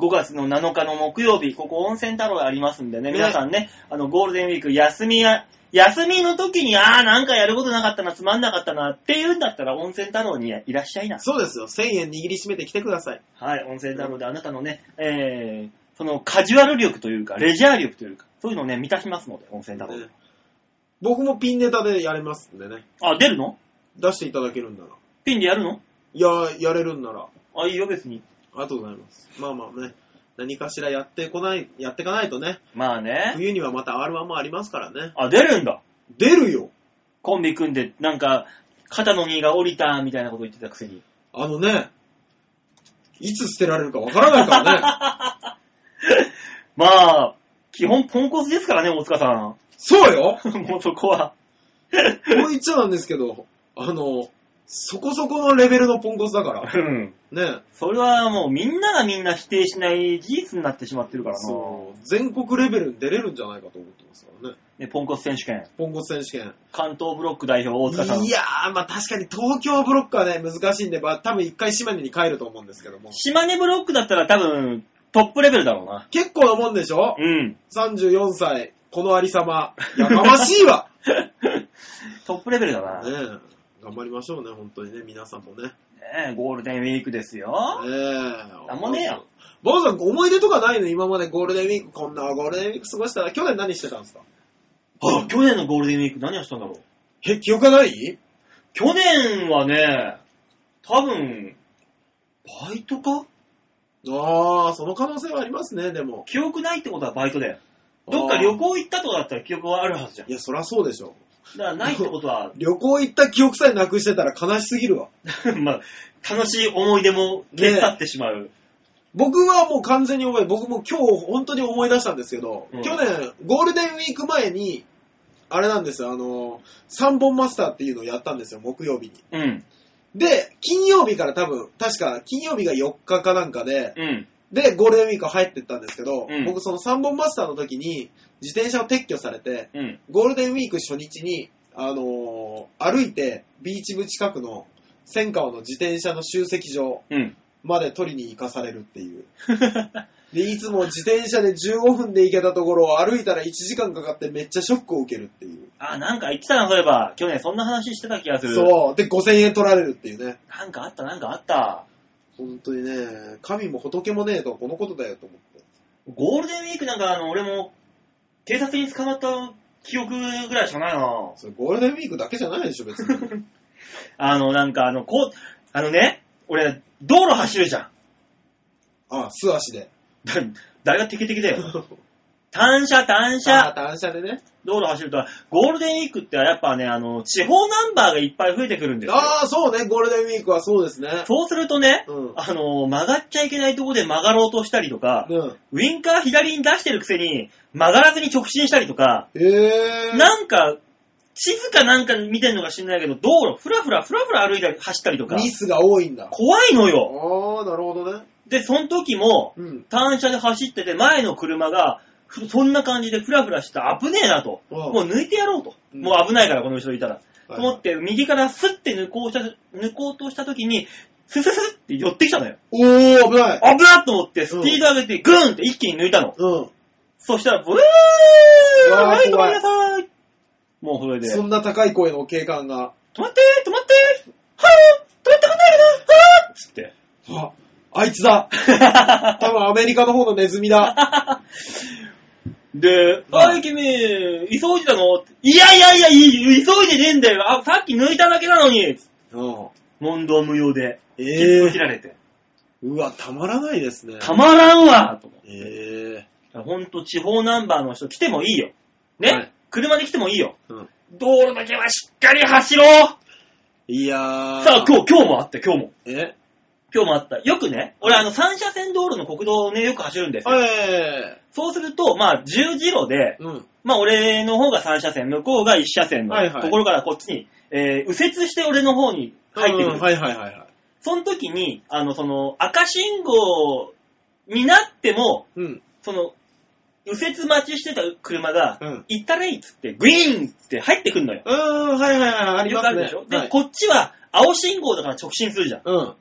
Speaker 2: 5月の7日の木曜日、ここ温泉太郎ありますんでね、
Speaker 3: ね
Speaker 2: 皆さんね、あの、ゴールデンウィーク休みや、休みの時に、あーなんかやることなかったな、つまんなかったな、っていうんだったら温泉太郎にいらっしゃいな。
Speaker 3: そうですよ。1000円握りしめてきてください。
Speaker 2: はい、温泉太郎であなたのね、えー、そのカジュアル力というか、レジャー力というか、そういうのをね、満たしますので、温泉太郎。
Speaker 3: ね僕もピンネタでやれますんでね。
Speaker 2: あ、出るの
Speaker 3: 出していただけるんなら。
Speaker 2: ピンでやるの
Speaker 3: いや、やれるんなら。
Speaker 2: あ、いいよ、別に。
Speaker 3: ありがとうございます。まあまあね。何かしらやってこない、やってかないとね。
Speaker 2: まあね。
Speaker 3: 冬にはまた R1 もありますからね。
Speaker 2: あ、出るんだ。
Speaker 3: 出るよ
Speaker 2: コンビ組んで、なんか、肩の荷が降りた、みたいなこと言ってたくせに。
Speaker 3: あのね、いつ捨てられるかわからないからね。
Speaker 2: まあ、基本ポンコツですからね、大 塚さん。
Speaker 3: そうよ
Speaker 2: もうそこは。
Speaker 3: こう言っちゃなんですけど、あの、そこそこのレベルのポンコツだから。
Speaker 2: うん。
Speaker 3: ね。
Speaker 2: それはもうみんながみんな否定しない事実になってしまってるからな。
Speaker 3: そう全国レベルに出れるんじゃないかと思ってますからね。
Speaker 2: ね、ポンコツ選手権。
Speaker 3: ポンコツ選手権。
Speaker 2: 関東ブロック代表、大塚さん
Speaker 3: い。やー、まあ確かに東京ブロックはね、難しいんで、まあ多分一回島根に帰ると思うんですけども。
Speaker 2: 島根ブロックだったら多分、トップレベルだろうな。
Speaker 3: 結構なもんでしょ
Speaker 2: うん。
Speaker 3: ?34 歳、このありさま。やかましいわ
Speaker 2: トップレベルだ
Speaker 3: ね
Speaker 2: な。
Speaker 3: え
Speaker 2: ね
Speaker 3: 頑張りましょうね、本当にね、皆さんもね。
Speaker 2: えゴールデンウィークですよ。
Speaker 3: ええ
Speaker 2: なんもねえよ。
Speaker 3: ボンさん、思い出とかないの今までゴールデンウィーク、こんなゴールデンウィーク過ごしたら、去年何してたんですか
Speaker 2: あ、去年のゴールデンウィーク何をしたんだろう。
Speaker 3: え、記憶がない
Speaker 2: 去年はね、多分、バイトか
Speaker 3: ああ、その可能性はありますね、でも。
Speaker 2: 記憶ないってことはバイトだよ。どっか旅行行ったとかだったら記憶はあるはずじゃん。
Speaker 3: いや、そりゃそうでしょ。、
Speaker 2: だからないってことは
Speaker 3: 旅行行った記憶さえなくしてたら悲しすぎるわ。
Speaker 2: まあ、楽しい思い出も消え去ってしまう。
Speaker 3: 僕はもう完全に覚え、僕も今日本当に思い出したんですけど、
Speaker 2: うん
Speaker 3: 去年、ゴールデンウィーク前に、あれなんですよ、あの、三本マスターっていうのをやったんですよ、木曜日に。
Speaker 2: うん、
Speaker 3: で、金曜日から多分、確か金曜日が4日かなんかで、
Speaker 2: うん。
Speaker 3: で、ゴールデンウィーク入ってったんですけど、
Speaker 2: うん
Speaker 3: 僕その三本マスターの時に、自転車を撤去されて、
Speaker 2: うん。
Speaker 3: ゴールデンウィーク初日に、あのー歩いてビーチ部近くの千川の自転車の集積場
Speaker 2: うん。
Speaker 3: まで取りに行かされるっていう。で、いつも自転車で15分で行けたところを歩いたら1時間かかってめっちゃショックを受けるっていう。
Speaker 2: あ、なんか言ってたな、そういえば。去年そんな話してた気がする。
Speaker 3: そう。で、5000円取られるっていうね。
Speaker 2: なんかあった、なんかあった。
Speaker 3: 本当にね、神も仏もねえとはこのことだよと思って。
Speaker 2: ゴールデンウィークなんか、あの、俺も、警察に捕まった記憶ぐらいしかないな。
Speaker 3: それゴールデンウィークだけじゃないでしょ、別に。
Speaker 2: あの、なんか、あの、こう、あのね、俺、道路走るじゃん。
Speaker 3: あ、素足で。
Speaker 2: 誰がテキテキだ よ。単車、単車。
Speaker 3: 単車でね。
Speaker 2: 道路走ると、ゴールデンウィークってやっぱね、あの、地方ナンバーがいっぱい増えてくるんですよ。
Speaker 3: ああ、そうね、ゴールデンウィークはそうですね。
Speaker 2: そうするとね、
Speaker 3: うん
Speaker 2: あの、曲がっちゃいけないとこで曲がろうとしたりとか、
Speaker 3: うん。
Speaker 2: ウィンカー左に出してるくせに曲がらずに直進したりとか、
Speaker 3: えー。
Speaker 2: なんか、地図かなんか見てんのか知んないけど、道路ふらふらふらふら歩いたり走ったりとか、
Speaker 3: ミスが多いんだ。
Speaker 2: 怖いの
Speaker 3: ああ
Speaker 2: よ。
Speaker 3: ー、なるほどね。
Speaker 2: で、その時も、
Speaker 3: うん。
Speaker 2: 単車で走ってて前の車が、ふそんな感じでふらふらして危ねえなと。
Speaker 3: うん
Speaker 2: もう抜いてやろうと。
Speaker 3: うん
Speaker 2: もう危ないから、この人いたら。と
Speaker 3: はい
Speaker 2: 思って、右からスッて抜こうした、抜こうとした時に、スススって寄ってきたのよ。
Speaker 3: おー、危ない。
Speaker 2: 危なっと思って、スピード上げて、グーンって一気に抜いたの。
Speaker 3: うん。
Speaker 2: そしたら、ブー
Speaker 3: うわー
Speaker 2: はい、止ま
Speaker 3: 怖
Speaker 2: り
Speaker 3: い
Speaker 2: なさいもうそれで、
Speaker 3: そんな高い声の警官が、
Speaker 2: 止まって止まってはぁ止まってくんないかなはぁつって。
Speaker 3: あ、あいつだ。多分アメリカの方のネズミだ。
Speaker 2: で、
Speaker 3: うん
Speaker 2: あい君、急いでたのっていやいやいや、い急いでねえんだよあ、さっき抜いただけなのに
Speaker 3: うん。
Speaker 2: 問答無用で、切
Speaker 3: え
Speaker 2: 符
Speaker 3: え
Speaker 2: 切られて。
Speaker 3: うわ、たまらないですね。
Speaker 2: たまらんわと思って
Speaker 3: ええ
Speaker 2: ほんと地方ナンバーの人来てもいいよ。ね、
Speaker 3: はい
Speaker 2: 車で来てもいいよ。
Speaker 3: うん
Speaker 2: 道路だけはしっかり走ろう
Speaker 3: いやー。
Speaker 2: さあ、今日、今日もあった、今日も。
Speaker 3: え
Speaker 2: 今日もあった。よくね、俺あの三車線道路の国道をね、よく走るんですよ。
Speaker 3: え
Speaker 2: そうすると、まあ、十字路で
Speaker 3: え、うん。
Speaker 2: まあ、俺の方が三車線、向こうが一車線の
Speaker 3: はいはい
Speaker 2: ところからこっちに、えー右折して俺の方に入ってく
Speaker 3: う
Speaker 2: る。
Speaker 3: んはいはいはいはい。
Speaker 2: その時に、あの、その、赤信号になっても、
Speaker 3: うん。
Speaker 2: その、右折待ちしてた車が、
Speaker 3: うん。
Speaker 2: 行ったれいっつって、グイーンって入ってくんのよ。
Speaker 3: うーん、はいはいはい、あり
Speaker 2: よ
Speaker 3: ま
Speaker 2: くあ
Speaker 3: す
Speaker 2: る
Speaker 3: ね。
Speaker 2: でしょで、
Speaker 3: はい
Speaker 2: こっちは青信号だから直進するじゃん。
Speaker 3: うん。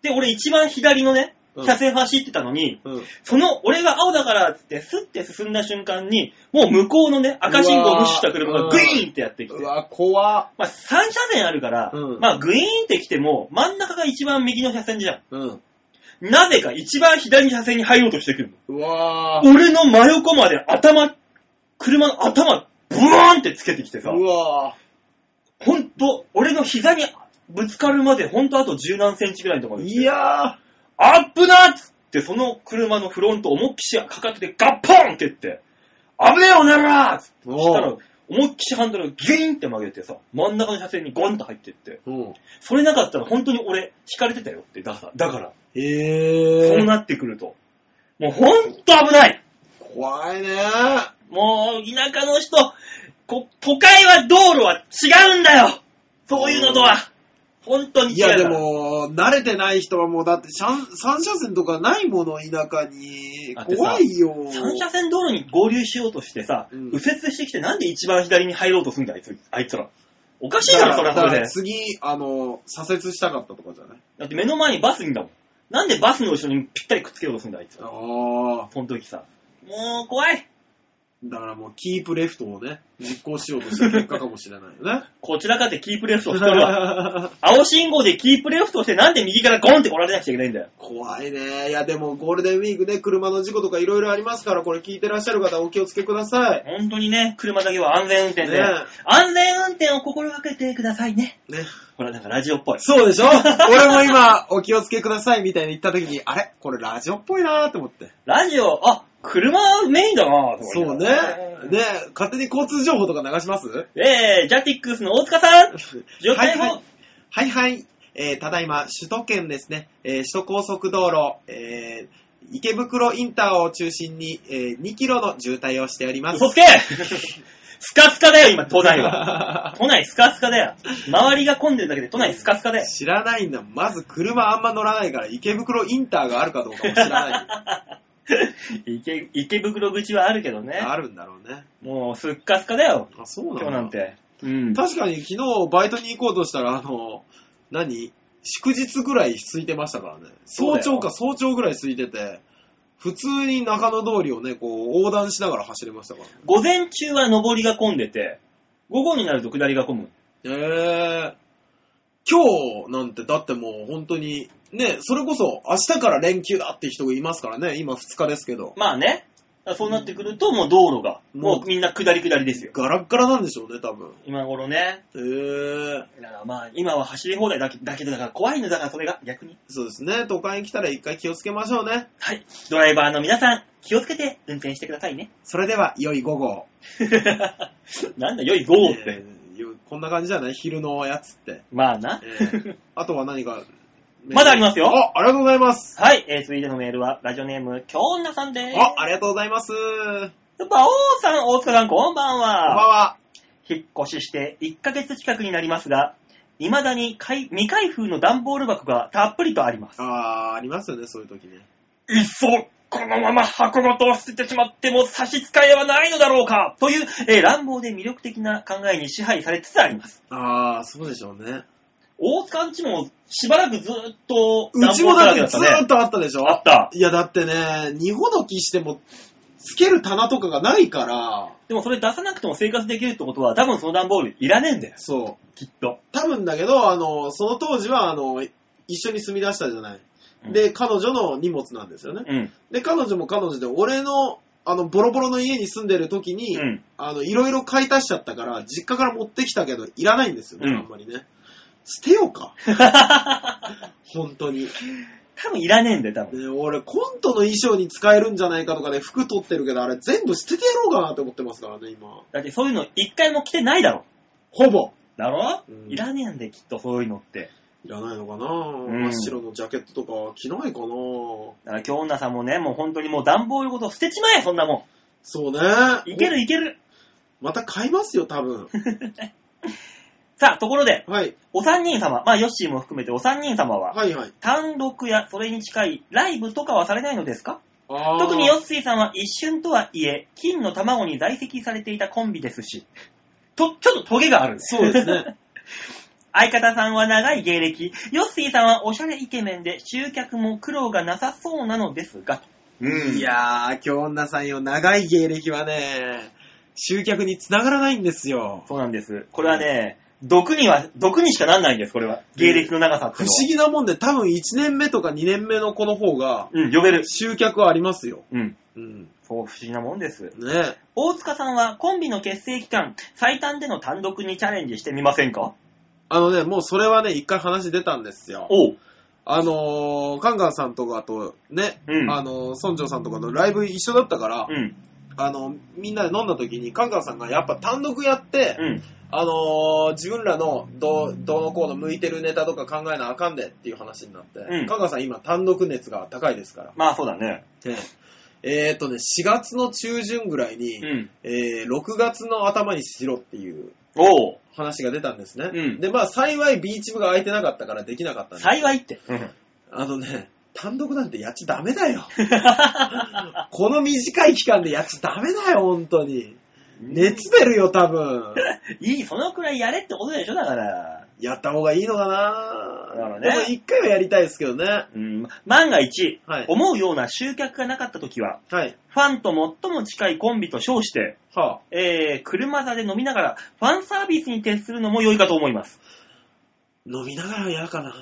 Speaker 2: で、俺一番左のね、
Speaker 3: うん
Speaker 2: 車線走ってたのに、
Speaker 3: うん。
Speaker 2: その俺が青だからっつって、スッて進んだ瞬間に、もう向こうのね、赤信号を無視した車
Speaker 3: う
Speaker 2: が
Speaker 3: わ
Speaker 2: グイーンってやってきて
Speaker 3: う、わ、怖っ
Speaker 2: まあ3車線あるから、
Speaker 3: うん
Speaker 2: まあグイーンって来ても、真ん中が一番右の車線じゃ
Speaker 3: うん。
Speaker 2: ん。なぜか一番左の車線に入ろうとしてくる
Speaker 3: うわー。
Speaker 2: の。俺の真横まで頭、車の頭、ブワーンってつけてきてさ、
Speaker 3: うわ
Speaker 2: ほんと、俺の膝にぶつかるまでほんとあと十何センチぐらいのところ
Speaker 3: ー。
Speaker 2: に来て
Speaker 3: いや
Speaker 2: あっぶなっつって、その車のフロント思いっきしかかっててガッポンって言って、危ねえよならっつって
Speaker 3: ー。
Speaker 2: そしたら、思いっきしハンドルをギュインって曲げてさ、真ん中の車線にゴンと入ってって、
Speaker 3: うん。
Speaker 2: それなかったら本当に俺、引かれてたよって、だから、だから、
Speaker 3: ええ
Speaker 2: そうなってくると。もうほんと危ない
Speaker 3: 怖いね
Speaker 2: もう、田舎の人、こ都会は道路は違うんだよそういうのとは、本当に違う
Speaker 3: いや
Speaker 2: から
Speaker 3: でも、慣れてない人はもうだって三三車線とかないもの、田舎に
Speaker 2: だっ。てさ
Speaker 3: 怖いよ。
Speaker 2: 三車線道路に合流しようとしてさ、
Speaker 3: うん
Speaker 2: 右折してきてなんで一番左に入ろうとすんだあいつあいつら。おかしいだろ、それ
Speaker 3: だ
Speaker 2: はそ
Speaker 3: か
Speaker 2: れ
Speaker 3: ら
Speaker 2: で。
Speaker 3: 次、あの、左折したかったとかじゃない
Speaker 2: だって目の前にバスいんだもん。なんでバスの後ろにぴったりくっつけようとすんだあいつら。
Speaker 3: ああ。
Speaker 2: その時さ。もう怖い
Speaker 3: だからもう、キープレフトをね、実行しようとした結果かもしれないよ ね。
Speaker 2: こちらかってキープレフトしてるわ。青信号でキープレフトしてなんで右からゴンって来られなくちゃいけないんだよ。
Speaker 3: 怖いね。いや、でもゴールデンウィークね、車の事故とかいろいろありますから、これ聞いてらっしゃる方お気をつけください。
Speaker 2: 本当にね、車だけは安全運転で。
Speaker 3: ね
Speaker 2: 安全運転を心がけてくださいね。
Speaker 3: ね。
Speaker 2: ほら、なんかラジオっぽい。
Speaker 3: そうでしょ 俺も今、お気をつけくださいみたいに言った時に、あれこれラジオっぽいなーって思って。
Speaker 2: ラジオ、あ、車メインだなぁ。
Speaker 3: そうね。ね勝手に交通情報とか流します
Speaker 2: えー、ジャティックスの大塚さん状態
Speaker 3: はいは
Speaker 2: も
Speaker 3: い、はいはい、えーただいま首都圏ですね、えー首都高速道路、えー池袋インターを中心に、え2キロの渋滞をしております。
Speaker 2: 嘘つけスカスカだよ、今、都内は。都内スカスカだよ。周りが混んでるだけで都内スカスカ だよ。
Speaker 3: 知らないんだ。まず車あんま乗らないから、池袋インターがあるかどうかも知 らな
Speaker 2: 池池袋口はあるけど
Speaker 3: い。
Speaker 2: ね。
Speaker 3: あるんだろうね。
Speaker 2: もう、スッカスカだよ、
Speaker 3: あ、そうなん
Speaker 2: 今
Speaker 3: だ
Speaker 2: 日なんて。うん。
Speaker 3: 確かに昨日バイトに行こうとしたら、あの、何祝日ぐらい空いてましたからね。
Speaker 2: そう
Speaker 3: 早
Speaker 2: だよ
Speaker 3: 朝か早朝ぐらい空いてて、普通に中野通りをね、こう横断しながら走れましたからね。
Speaker 2: 午前中は上りが混んでて、午後になると下りが混む。
Speaker 3: ええ今日なんてだってもう本当に、ね、それこそ明日から連休だって人がいますからね、今2日ですけど。
Speaker 2: まあね。らそうなってくると、もう道路が、
Speaker 3: うん
Speaker 2: もうみんな下り下りですよ。
Speaker 3: ガラッガラなんでしょうね、多分。
Speaker 2: 今頃ね。
Speaker 3: へえ。
Speaker 2: だからまあ、今は走り放題だけだけど、だから怖いのだから、それが逆に。
Speaker 3: そうですね。都会に来たら一回気をつけましょうね。
Speaker 2: はい。ドライバーの皆さん、気をつけて運転してくださいね。
Speaker 3: それでは、良い午後。
Speaker 2: なんだ、良いゴーっ
Speaker 3: え
Speaker 2: て。
Speaker 3: ーよこんな感じじゃない昼のやつって。
Speaker 2: まあな
Speaker 3: え。ーあとは何か。
Speaker 2: まだありますよ
Speaker 3: あ、ありがとうございま す。
Speaker 2: はい、えー、続いてのメールは、ラジオネーム、京女さんです。
Speaker 3: あ、ありがとうございます。こ
Speaker 2: 馬王さん、大塚さん、こんばん
Speaker 3: んばん
Speaker 2: は。
Speaker 3: は。
Speaker 2: 引っ越しして1ヶ月近くになりますが、未だに開未開封の段ボール箱がたっぷりとあります。
Speaker 3: あー、ありますよね、そういう時ね。
Speaker 2: いっそ、このまま箱ごと捨ててしまっても差し支えはないのだろうかという、えー乱暴で魅力的な考えに支配されつつあります。
Speaker 3: あー、そうでしょうね。
Speaker 2: 大塚んちもしばらくずーっと
Speaker 3: うちもだって
Speaker 2: 段
Speaker 3: ず
Speaker 2: ボールだらけだね。
Speaker 3: ーっとあったでしょ
Speaker 2: あった。
Speaker 3: いや、だってね、二ほどきしても、つける棚とかがないから、
Speaker 2: でもそれ出さなくても生活できるってことは、多分その段ボールいらねえんだよ、
Speaker 3: そう。
Speaker 2: きっと。
Speaker 3: 多分だけど、あの、その当時は、あの、一緒に住み出したじゃない。
Speaker 2: うん
Speaker 3: で、彼女の荷物なんですよね。
Speaker 2: うん。
Speaker 3: で、彼女も彼女で、俺の、あの、ボロボロの家に住んでる時に、
Speaker 2: うん。
Speaker 3: あの、いろいろ買い足しちゃったから、実家から持ってきたけど、いらないんですよね、
Speaker 2: うん
Speaker 3: あんまりね。捨てよ うか。本当に。
Speaker 2: 多分いらねえんだよ、多分。
Speaker 3: ね、俺、コントの衣装に使えるんじゃないかとかね、服取ってるけど、あれ全部捨ててやろうかなって思ってますからね、今。
Speaker 2: だってそういうの一回も着てないだろ。
Speaker 3: ほぼ。
Speaker 2: だろ、
Speaker 3: うん
Speaker 2: いらねえんだよ、きっとそういうのって。
Speaker 3: いらないのかな、
Speaker 2: ん
Speaker 3: 真っ白のジャケットとかは着ないかな
Speaker 2: だから今日女さんもね、もう本当にもう段ボールごと捨てちまえ、そんなも
Speaker 3: そうね。
Speaker 2: ん。いけるいける。
Speaker 3: また買いますよ、多分。
Speaker 2: さあ、ところで、
Speaker 3: はい。
Speaker 2: お三人様、まあヨッシーも含めてお三人様は、
Speaker 3: はいはい。
Speaker 2: 単独やそれに近いライブとかはされないのですか
Speaker 3: あー
Speaker 2: 特にヨッシーさんは一瞬とはいえ、金の卵に在籍されていたコンビですし、と、ちょっとトゲがあるね。
Speaker 3: そうですね。
Speaker 2: 相方さんは長い芸歴、ヨッシーさんはおしゃれイケメンで集客も苦労がなさそうなのですが、うん
Speaker 3: いやー、今日女さんよ、長い芸歴はね、集客につながらないんですよ。
Speaker 2: そうなんです。これはね、毒には、毒にしかなんないんです、これは。芸歴の長さって
Speaker 3: 不
Speaker 2: いう
Speaker 3: 思議なもんで、多分1年目とか2年目の子の方が、
Speaker 2: のは。うん、呼べる。
Speaker 3: 集客はありますよ。
Speaker 2: うん。
Speaker 3: うん。
Speaker 2: そう、不思議なもんです。
Speaker 3: ね
Speaker 2: 大塚さんはコンビの結成期間、最短での単独にチャレンジしてみませんか
Speaker 3: あのね、もうそれはね、一回話出たんですよ。
Speaker 2: おう。
Speaker 3: あのー、カンガンさんとかとね、
Speaker 2: うん
Speaker 3: あのー、村長さんとかのライブ一緒だったから、
Speaker 2: うん。
Speaker 3: あの、みんなで飲んだ時に、カンカンさんがやっぱ単独やって、
Speaker 2: うん。
Speaker 3: あのー自分らのど、どのこうの向いてるネタとか考えなあかんでっていう話になって、
Speaker 2: うん
Speaker 3: カンカンさん今単独熱が高いですから。
Speaker 2: まあ、そうだね。
Speaker 3: ええーっとね、4月の中旬ぐらいに、
Speaker 2: うん。
Speaker 3: えー6月の頭にしろっていう
Speaker 2: おう。
Speaker 3: 話が出たんですね。
Speaker 2: うん
Speaker 3: で、まあ幸いビーチ部が空いてなかったからできなかったんです
Speaker 2: 幸いって。うん。
Speaker 3: あのね、単独なんてやっちゃダメだよ。 この短い期間でやっちゃダメだよ、本当に。熱出るよ、多分。
Speaker 2: いい、そのくらいやれってことでしょ、だから。
Speaker 3: やった方がいいのか
Speaker 2: だか
Speaker 3: な
Speaker 2: らね
Speaker 3: でも一回はやりたいですけどね。
Speaker 2: うん。万が一、
Speaker 3: はい
Speaker 2: 思うような集客がなかったときは、
Speaker 3: はい。
Speaker 2: ファンと最も近いコンビと称して、
Speaker 3: は
Speaker 2: えー、車座で飲みながら、ファンサービスに徹するのも良いかと思います。
Speaker 3: ぁ、飲みながらやるかな。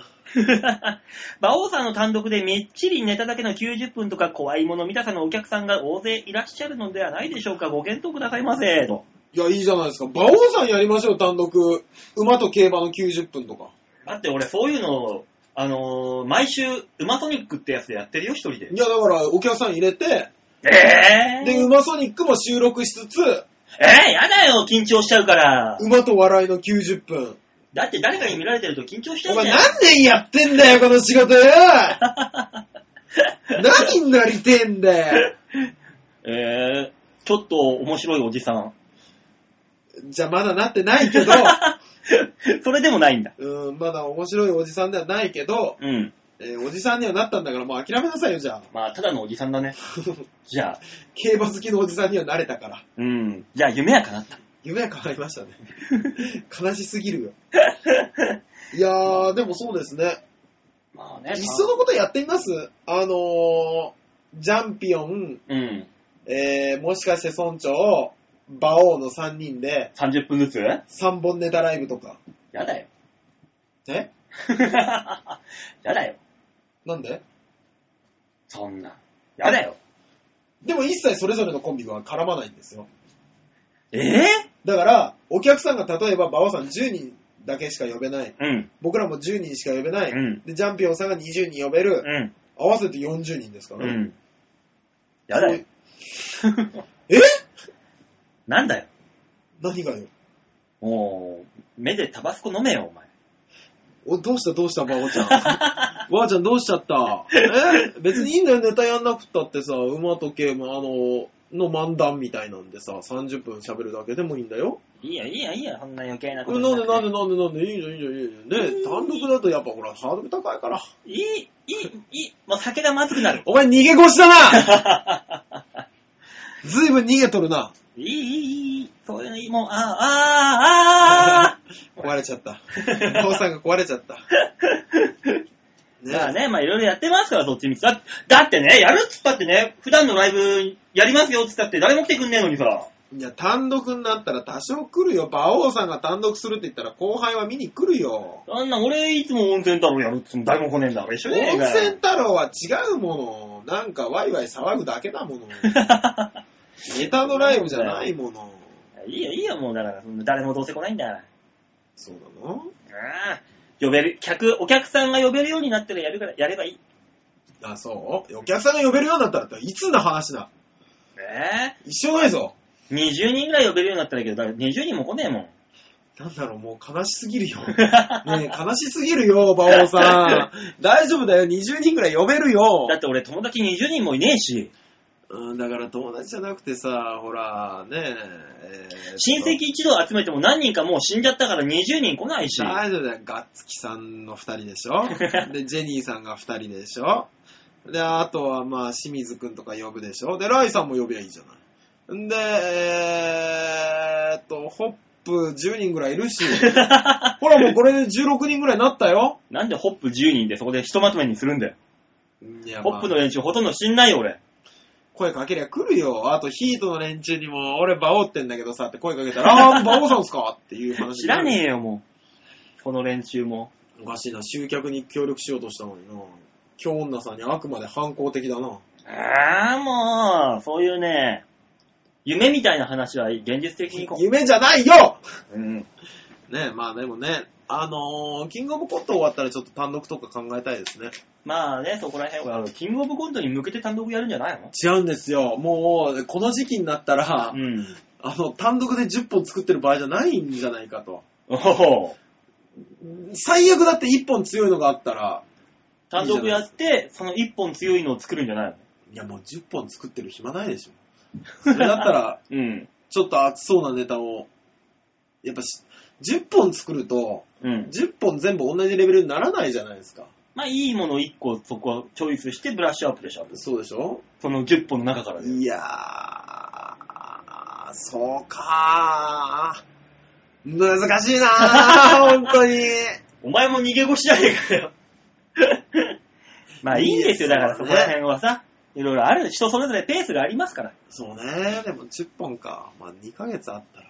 Speaker 2: 馬王さんの単独でみっちり寝ただけの90分とか怖いもの見たさのお客さんが大勢いらっしゃるのではないでしょうか。ご検討くださいませ。と。
Speaker 3: いや、いいじゃないですか。馬王さんやりましょう、単独。馬と競馬の90分とか。
Speaker 2: だって俺そういうの、あのー毎週、ウマソニックってやつでやってるよ、一人で
Speaker 3: い。や、だから、お客さん入れて、
Speaker 2: え
Speaker 3: で、馬ソニックも収録しつつ、
Speaker 2: えー、やだよ、緊張しちゃうから。
Speaker 3: 馬と笑いの90分。
Speaker 2: だって誰かに見られてると緊張しちゃ
Speaker 3: お
Speaker 2: う
Speaker 3: 前
Speaker 2: じゃん。
Speaker 3: 何年やってんだよ、この仕 事よ何になりてんだよ
Speaker 2: えー、ちょっと面白いおじさん。
Speaker 3: じゃあまだなってないけど、
Speaker 2: それでもないんだ。
Speaker 3: うん、まだ面白いおじさんではないけど、
Speaker 2: うん。
Speaker 3: えーおじさんにはなったんだからもう諦めなさいよ、じゃ あ。
Speaker 2: まあ、ただのおじさんだね。じゃあ、
Speaker 3: 競馬好きのおじさんにはなれたから。
Speaker 2: うん。じゃあ、夢は叶った。
Speaker 3: 夢は変わりました ね。悲しすぎるよ。いやー、でもそうですね。
Speaker 2: まあね
Speaker 3: いっそのことやってみますあのー、ジャンピオン、
Speaker 2: うん。
Speaker 3: えー、もしかして村長、馬王の3人で
Speaker 2: 30分ずつや
Speaker 3: 3本ネタライブとか。
Speaker 2: だよ。
Speaker 3: え
Speaker 2: やだよ。
Speaker 3: なんで
Speaker 2: そんな。やだよ。
Speaker 3: でも一切それぞれのコンビは絡まないんですよ。
Speaker 2: え
Speaker 3: だから、お客さんが例えば、馬場さん10人だけしか呼べない。
Speaker 2: ぇうん。
Speaker 3: 僕らも10人しか呼べない。
Speaker 2: うん
Speaker 3: で、ジャンピオンさんが20人呼べる。
Speaker 2: うん。
Speaker 3: 合わせて40人ですから。
Speaker 2: うん。や だよ。
Speaker 3: え
Speaker 2: なんだよ。
Speaker 3: 何がよ。
Speaker 2: もう、目でタバスコ飲めよ、お前。
Speaker 3: お、どうしたどうした、ば あちゃん。ばあちゃんどうしちゃった。え別にいいんだよ、ネタやんなくったってさ、馬とゲーム、あの、の漫談みたいなんでさ、30分喋るだけでもいいんだよ。
Speaker 2: いいや、いいや、いいや、そんな余計なこ
Speaker 3: な
Speaker 2: と
Speaker 3: ん
Speaker 2: しなく
Speaker 3: で
Speaker 2: て
Speaker 3: なんでなんでなんで、いいじゃん、いいじゃん、いいじゃん。ね、単独だとやっぱほら、ハードル高いから。
Speaker 2: いい、いい、いい。もう酒がまずくなる。
Speaker 3: お前逃げ腰だな ずいぶん逃げとるな。
Speaker 2: いい、いい、いい。そういうのいい。もう、ああ、ああ、あ
Speaker 3: 壊れち ゃった。父さんが壊れちゃった。
Speaker 2: あ。 まあね、まあいろいろやってますから、そっちに。だだってね、やるっつったってね、普段のライブやりますよっつったって誰も来てくんねえのにさ。
Speaker 3: いや、単独になったら多少来るよ。馬王さんが単独するって言ったら後輩は見に来るよ。
Speaker 2: あんな、俺いつも温泉太郎やるっつっても誰も来ねえんだから一緒
Speaker 3: 温
Speaker 2: じゃねえかよ
Speaker 3: 泉太郎は違うもの。なんかワイワイ騒ぐだけだ もの。ネタのライブじゃないもの。
Speaker 2: いいよ、いいよ、もうだから、そんな誰もどうせ来ないんだから。
Speaker 3: そうなの
Speaker 2: ああ、呼べる、客、お客さんが呼べるようになったらやるから、やればいい。
Speaker 3: あ、そうお客さんが呼べるようになったらっていつの話だ
Speaker 2: え
Speaker 3: 一生ないぞ。
Speaker 2: え20人ぐらい呼べるようになったらいいけど、だから20人も来ねえもん。
Speaker 3: なんだろう、もう悲しすぎ るよ。ねえ、悲しすぎるよ、馬王さん。大丈夫だよ、20人ぐらい呼べる よ。
Speaker 2: だって俺友達20人もいねえし、
Speaker 3: うん、だから友達じゃなくてさ、ほら、ねえ。えーっと
Speaker 2: 親戚一同集めても何人かもう死んじゃったから20人来ないし。
Speaker 3: 大丈夫だよ。ガッツキさんの二人でしょ で、ジェニーさんが二人でしょで、あとはまあ、清水くんとか呼ぶでしょで、ライさんも呼びゃいいじゃない。んで、えーっと、ホップ10人ぐらいい るし、ほらもうこれで16人ぐらいになったよ。
Speaker 2: なんでホップ10人でそこでひとまとめにするんだよ。
Speaker 3: いや、
Speaker 2: ホ
Speaker 3: ま
Speaker 2: ッ
Speaker 3: あ
Speaker 2: プの連中ほとんど死んないよ俺。
Speaker 3: 声かけりゃ来るよ。あと、ヒートの連中にも、俺、バオってんだけどさ、って声かけたら、あー、バオさんっすかっていう話。
Speaker 2: 知らねえよもう。この連中も。
Speaker 3: おかしいな、集客に協力しようとしたのにな。京女さんにあくまで反抗的だな。
Speaker 2: ああ、もう、そういうね、夢みたいな話は現実的にこ
Speaker 3: 夢じゃないよ
Speaker 2: う。うん。
Speaker 3: ねえ、まあでもね、あのー、キングオブコント終わったらちょっと単独とか考えたいですね。
Speaker 2: まあね、そこら辺は、キングオブコントに向けて単独やるんじゃないの
Speaker 3: 違うんですよ。もう、この時期になったら、
Speaker 2: うん。
Speaker 3: あの、単独で10本作ってる場合じゃないんじゃないかと。
Speaker 2: おほほ。
Speaker 3: 最悪だって1本強いのがあったら、
Speaker 2: 単独やって、その一本強いのを作るんじゃないの
Speaker 3: いやもう10本作ってる暇ないでしょ。それだったら、
Speaker 2: うん。
Speaker 3: ちょっと熱そうなネタを、やっぱし、10本作ると、
Speaker 2: うん。
Speaker 3: 10本全部同じレベルにならないじゃないですか。
Speaker 2: まあ、いいものを一個そこはチョイスしてブラッシュアップでしょ。
Speaker 3: そうでしょ
Speaker 2: その10本の中からで。
Speaker 3: いやー、そうかー。難しい なー、本当に。
Speaker 2: お前も逃げ腰じゃねえかよ。 まあ、いいんですよ。だからそこら辺はさ、いろいろある。人それぞれペースがありますから。
Speaker 3: そうね、でも10本か。まあ2ヶ月あったら。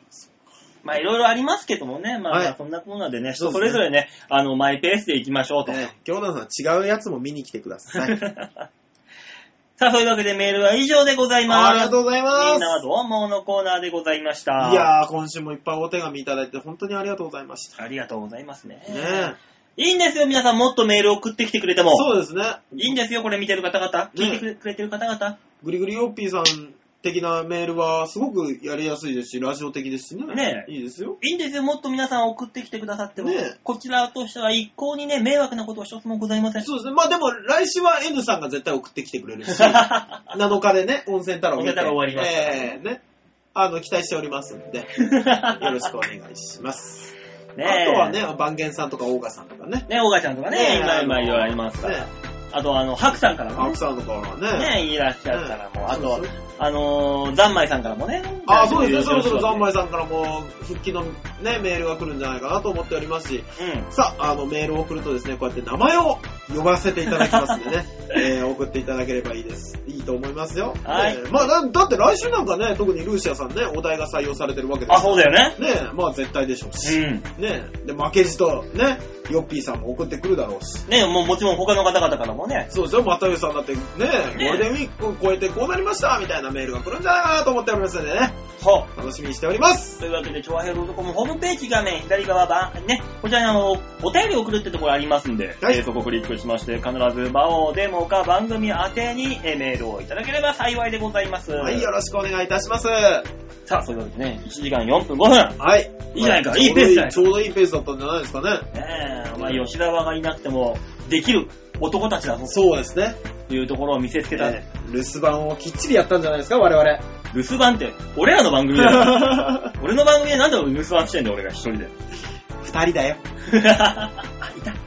Speaker 2: まあ、いろいろありますけどもね。まあ、
Speaker 3: はい
Speaker 2: まあそんなこんなでね、
Speaker 3: そう
Speaker 2: 人
Speaker 3: ですね
Speaker 2: それぞれね、あの、マイペースで行きましょうと。
Speaker 3: ね、京奈さん違うやつも見に来てください。
Speaker 2: さあ、そういうわけでメールは以上でございます。
Speaker 3: ありがとうございます。
Speaker 2: みんなはどうものコーナーでございました。
Speaker 3: いやー、今週もいっぱいお手紙いただいて本当にありがとうございました。
Speaker 2: ありがとうございますね。
Speaker 3: ね
Speaker 2: いいんですよ、皆さん。もっとメール送ってきてくれても。
Speaker 3: そうですね。
Speaker 2: いいんですよ、これ見てる方々。
Speaker 3: うん
Speaker 2: 聞いてくれてる方々。
Speaker 3: グリグリヨッピーさん的なメールはすごくやりやすいですし、ラジオ的ですしね。
Speaker 2: ね
Speaker 3: いいですよ。
Speaker 2: いいんですよ、もっと皆さん送ってきてくださっても。
Speaker 3: ねえ
Speaker 2: こちらとしては一向にね、迷惑なことは一つもございません。
Speaker 3: そうですね。まあでも来週は N さんが絶対送ってきてくれる し、7日でね、温泉太郎
Speaker 2: 温泉太郎終わりますから
Speaker 3: ええね。あの、期待しておりますんで、よろしくお願いします。
Speaker 2: ね
Speaker 3: あ
Speaker 2: え
Speaker 3: とはね、。番犬さんとか大賀さんとかね。
Speaker 2: ね、オガちゃんとかね、今今いろいろありますから。
Speaker 3: ね
Speaker 2: あと、あの、ハクさんからも
Speaker 3: 青
Speaker 2: ね
Speaker 3: 木、さんとかはね。
Speaker 2: ね、いらっしゃったらもう、あ
Speaker 3: そう
Speaker 2: と
Speaker 3: そう、
Speaker 2: あのー、ざんまいさんからもね。
Speaker 3: あそうですね。そろそろざんまい
Speaker 2: い。
Speaker 3: さんからも復帰のね、メールが来るんじゃないかなと思っておりますし、
Speaker 2: うん。
Speaker 3: さあ、あの、メールを送 るとですね、こうやって名前を呼ばせていただきますんでね、えー送っていただければいいです。いいと思いますよ。
Speaker 2: はい
Speaker 3: ねえまあだ、だって来週なんかね、特にルーシアさんね、お題が採用されてるわけです
Speaker 2: あ、そうだよね。
Speaker 3: ねえ、まあ絶対でしょう
Speaker 2: う
Speaker 3: し。
Speaker 2: ん。
Speaker 3: ねえ、で、負けじとね、ヨッピーさんも送ってくるだろうし。
Speaker 2: ねもうもちろん他の方々からもね。
Speaker 3: そうですよ、又吉さんだってね、ゴールデンウィークを超えてこうなりましたみたいなメールが来るんじゃないかなと思っておりますのでね、
Speaker 2: そう。
Speaker 3: 楽しみにしております。
Speaker 2: というわけで、超平洋 .com ホームページ画面左側ば、ね、こちらにあの、お便りを送るってところありますんで、
Speaker 3: はい
Speaker 2: えーそこをクリックしまして、必ず、魔王デモか番組宛てにえーメールをいただければ幸いでございます。
Speaker 3: はい、よろしくお願いいたします。は
Speaker 2: さあ、そういうわけでね、1時間4分5分。い
Speaker 3: い。
Speaker 2: いじゃないか
Speaker 3: まあ
Speaker 2: いいペースだよ
Speaker 3: ちょうどいいちょうどいいペースだったんじゃないですかね。
Speaker 2: ねえ、まあ、吉沢がいなくても、できる男たちだぞ、
Speaker 3: そうですね。
Speaker 2: というところを見せつけたね。
Speaker 3: 留守番をきっちりやったんじゃないですか、我々。
Speaker 2: 留守番って、俺らの番組だ よ。俺の番組でなんで俺留守番してんだよ、俺が一人で。
Speaker 3: 二人だよ。
Speaker 2: あ、いた。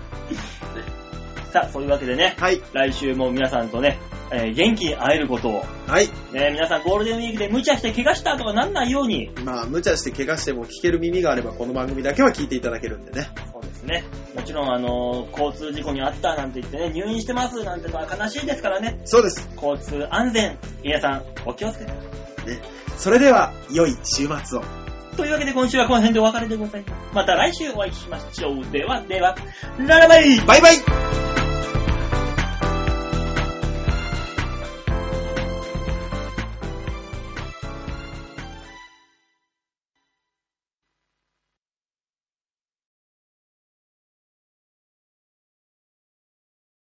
Speaker 2: さあ、そういうわけでね、
Speaker 3: はい。
Speaker 2: 来週も皆さんとね、えー元気に会えることを、
Speaker 3: はい。
Speaker 2: ね、皆さんゴールデンウィークで無茶して怪我したとかなんないように、
Speaker 3: まあ、無茶して怪我しても聞ける耳があれば、この番組だけは聞いていただけるんでね。
Speaker 2: そうですね、もちろんあのー交通事故に遭ったなんて言ってね、入院してますなんてのは悲しいですからね、
Speaker 3: そうです。
Speaker 2: 交通安全、皆さんお気をつけて。
Speaker 3: それでは、良い週末を。
Speaker 2: というわけで今週はこの辺でお別れでございます。また来週お会いしましょう。ではでは、ララバイ
Speaker 3: バイバイ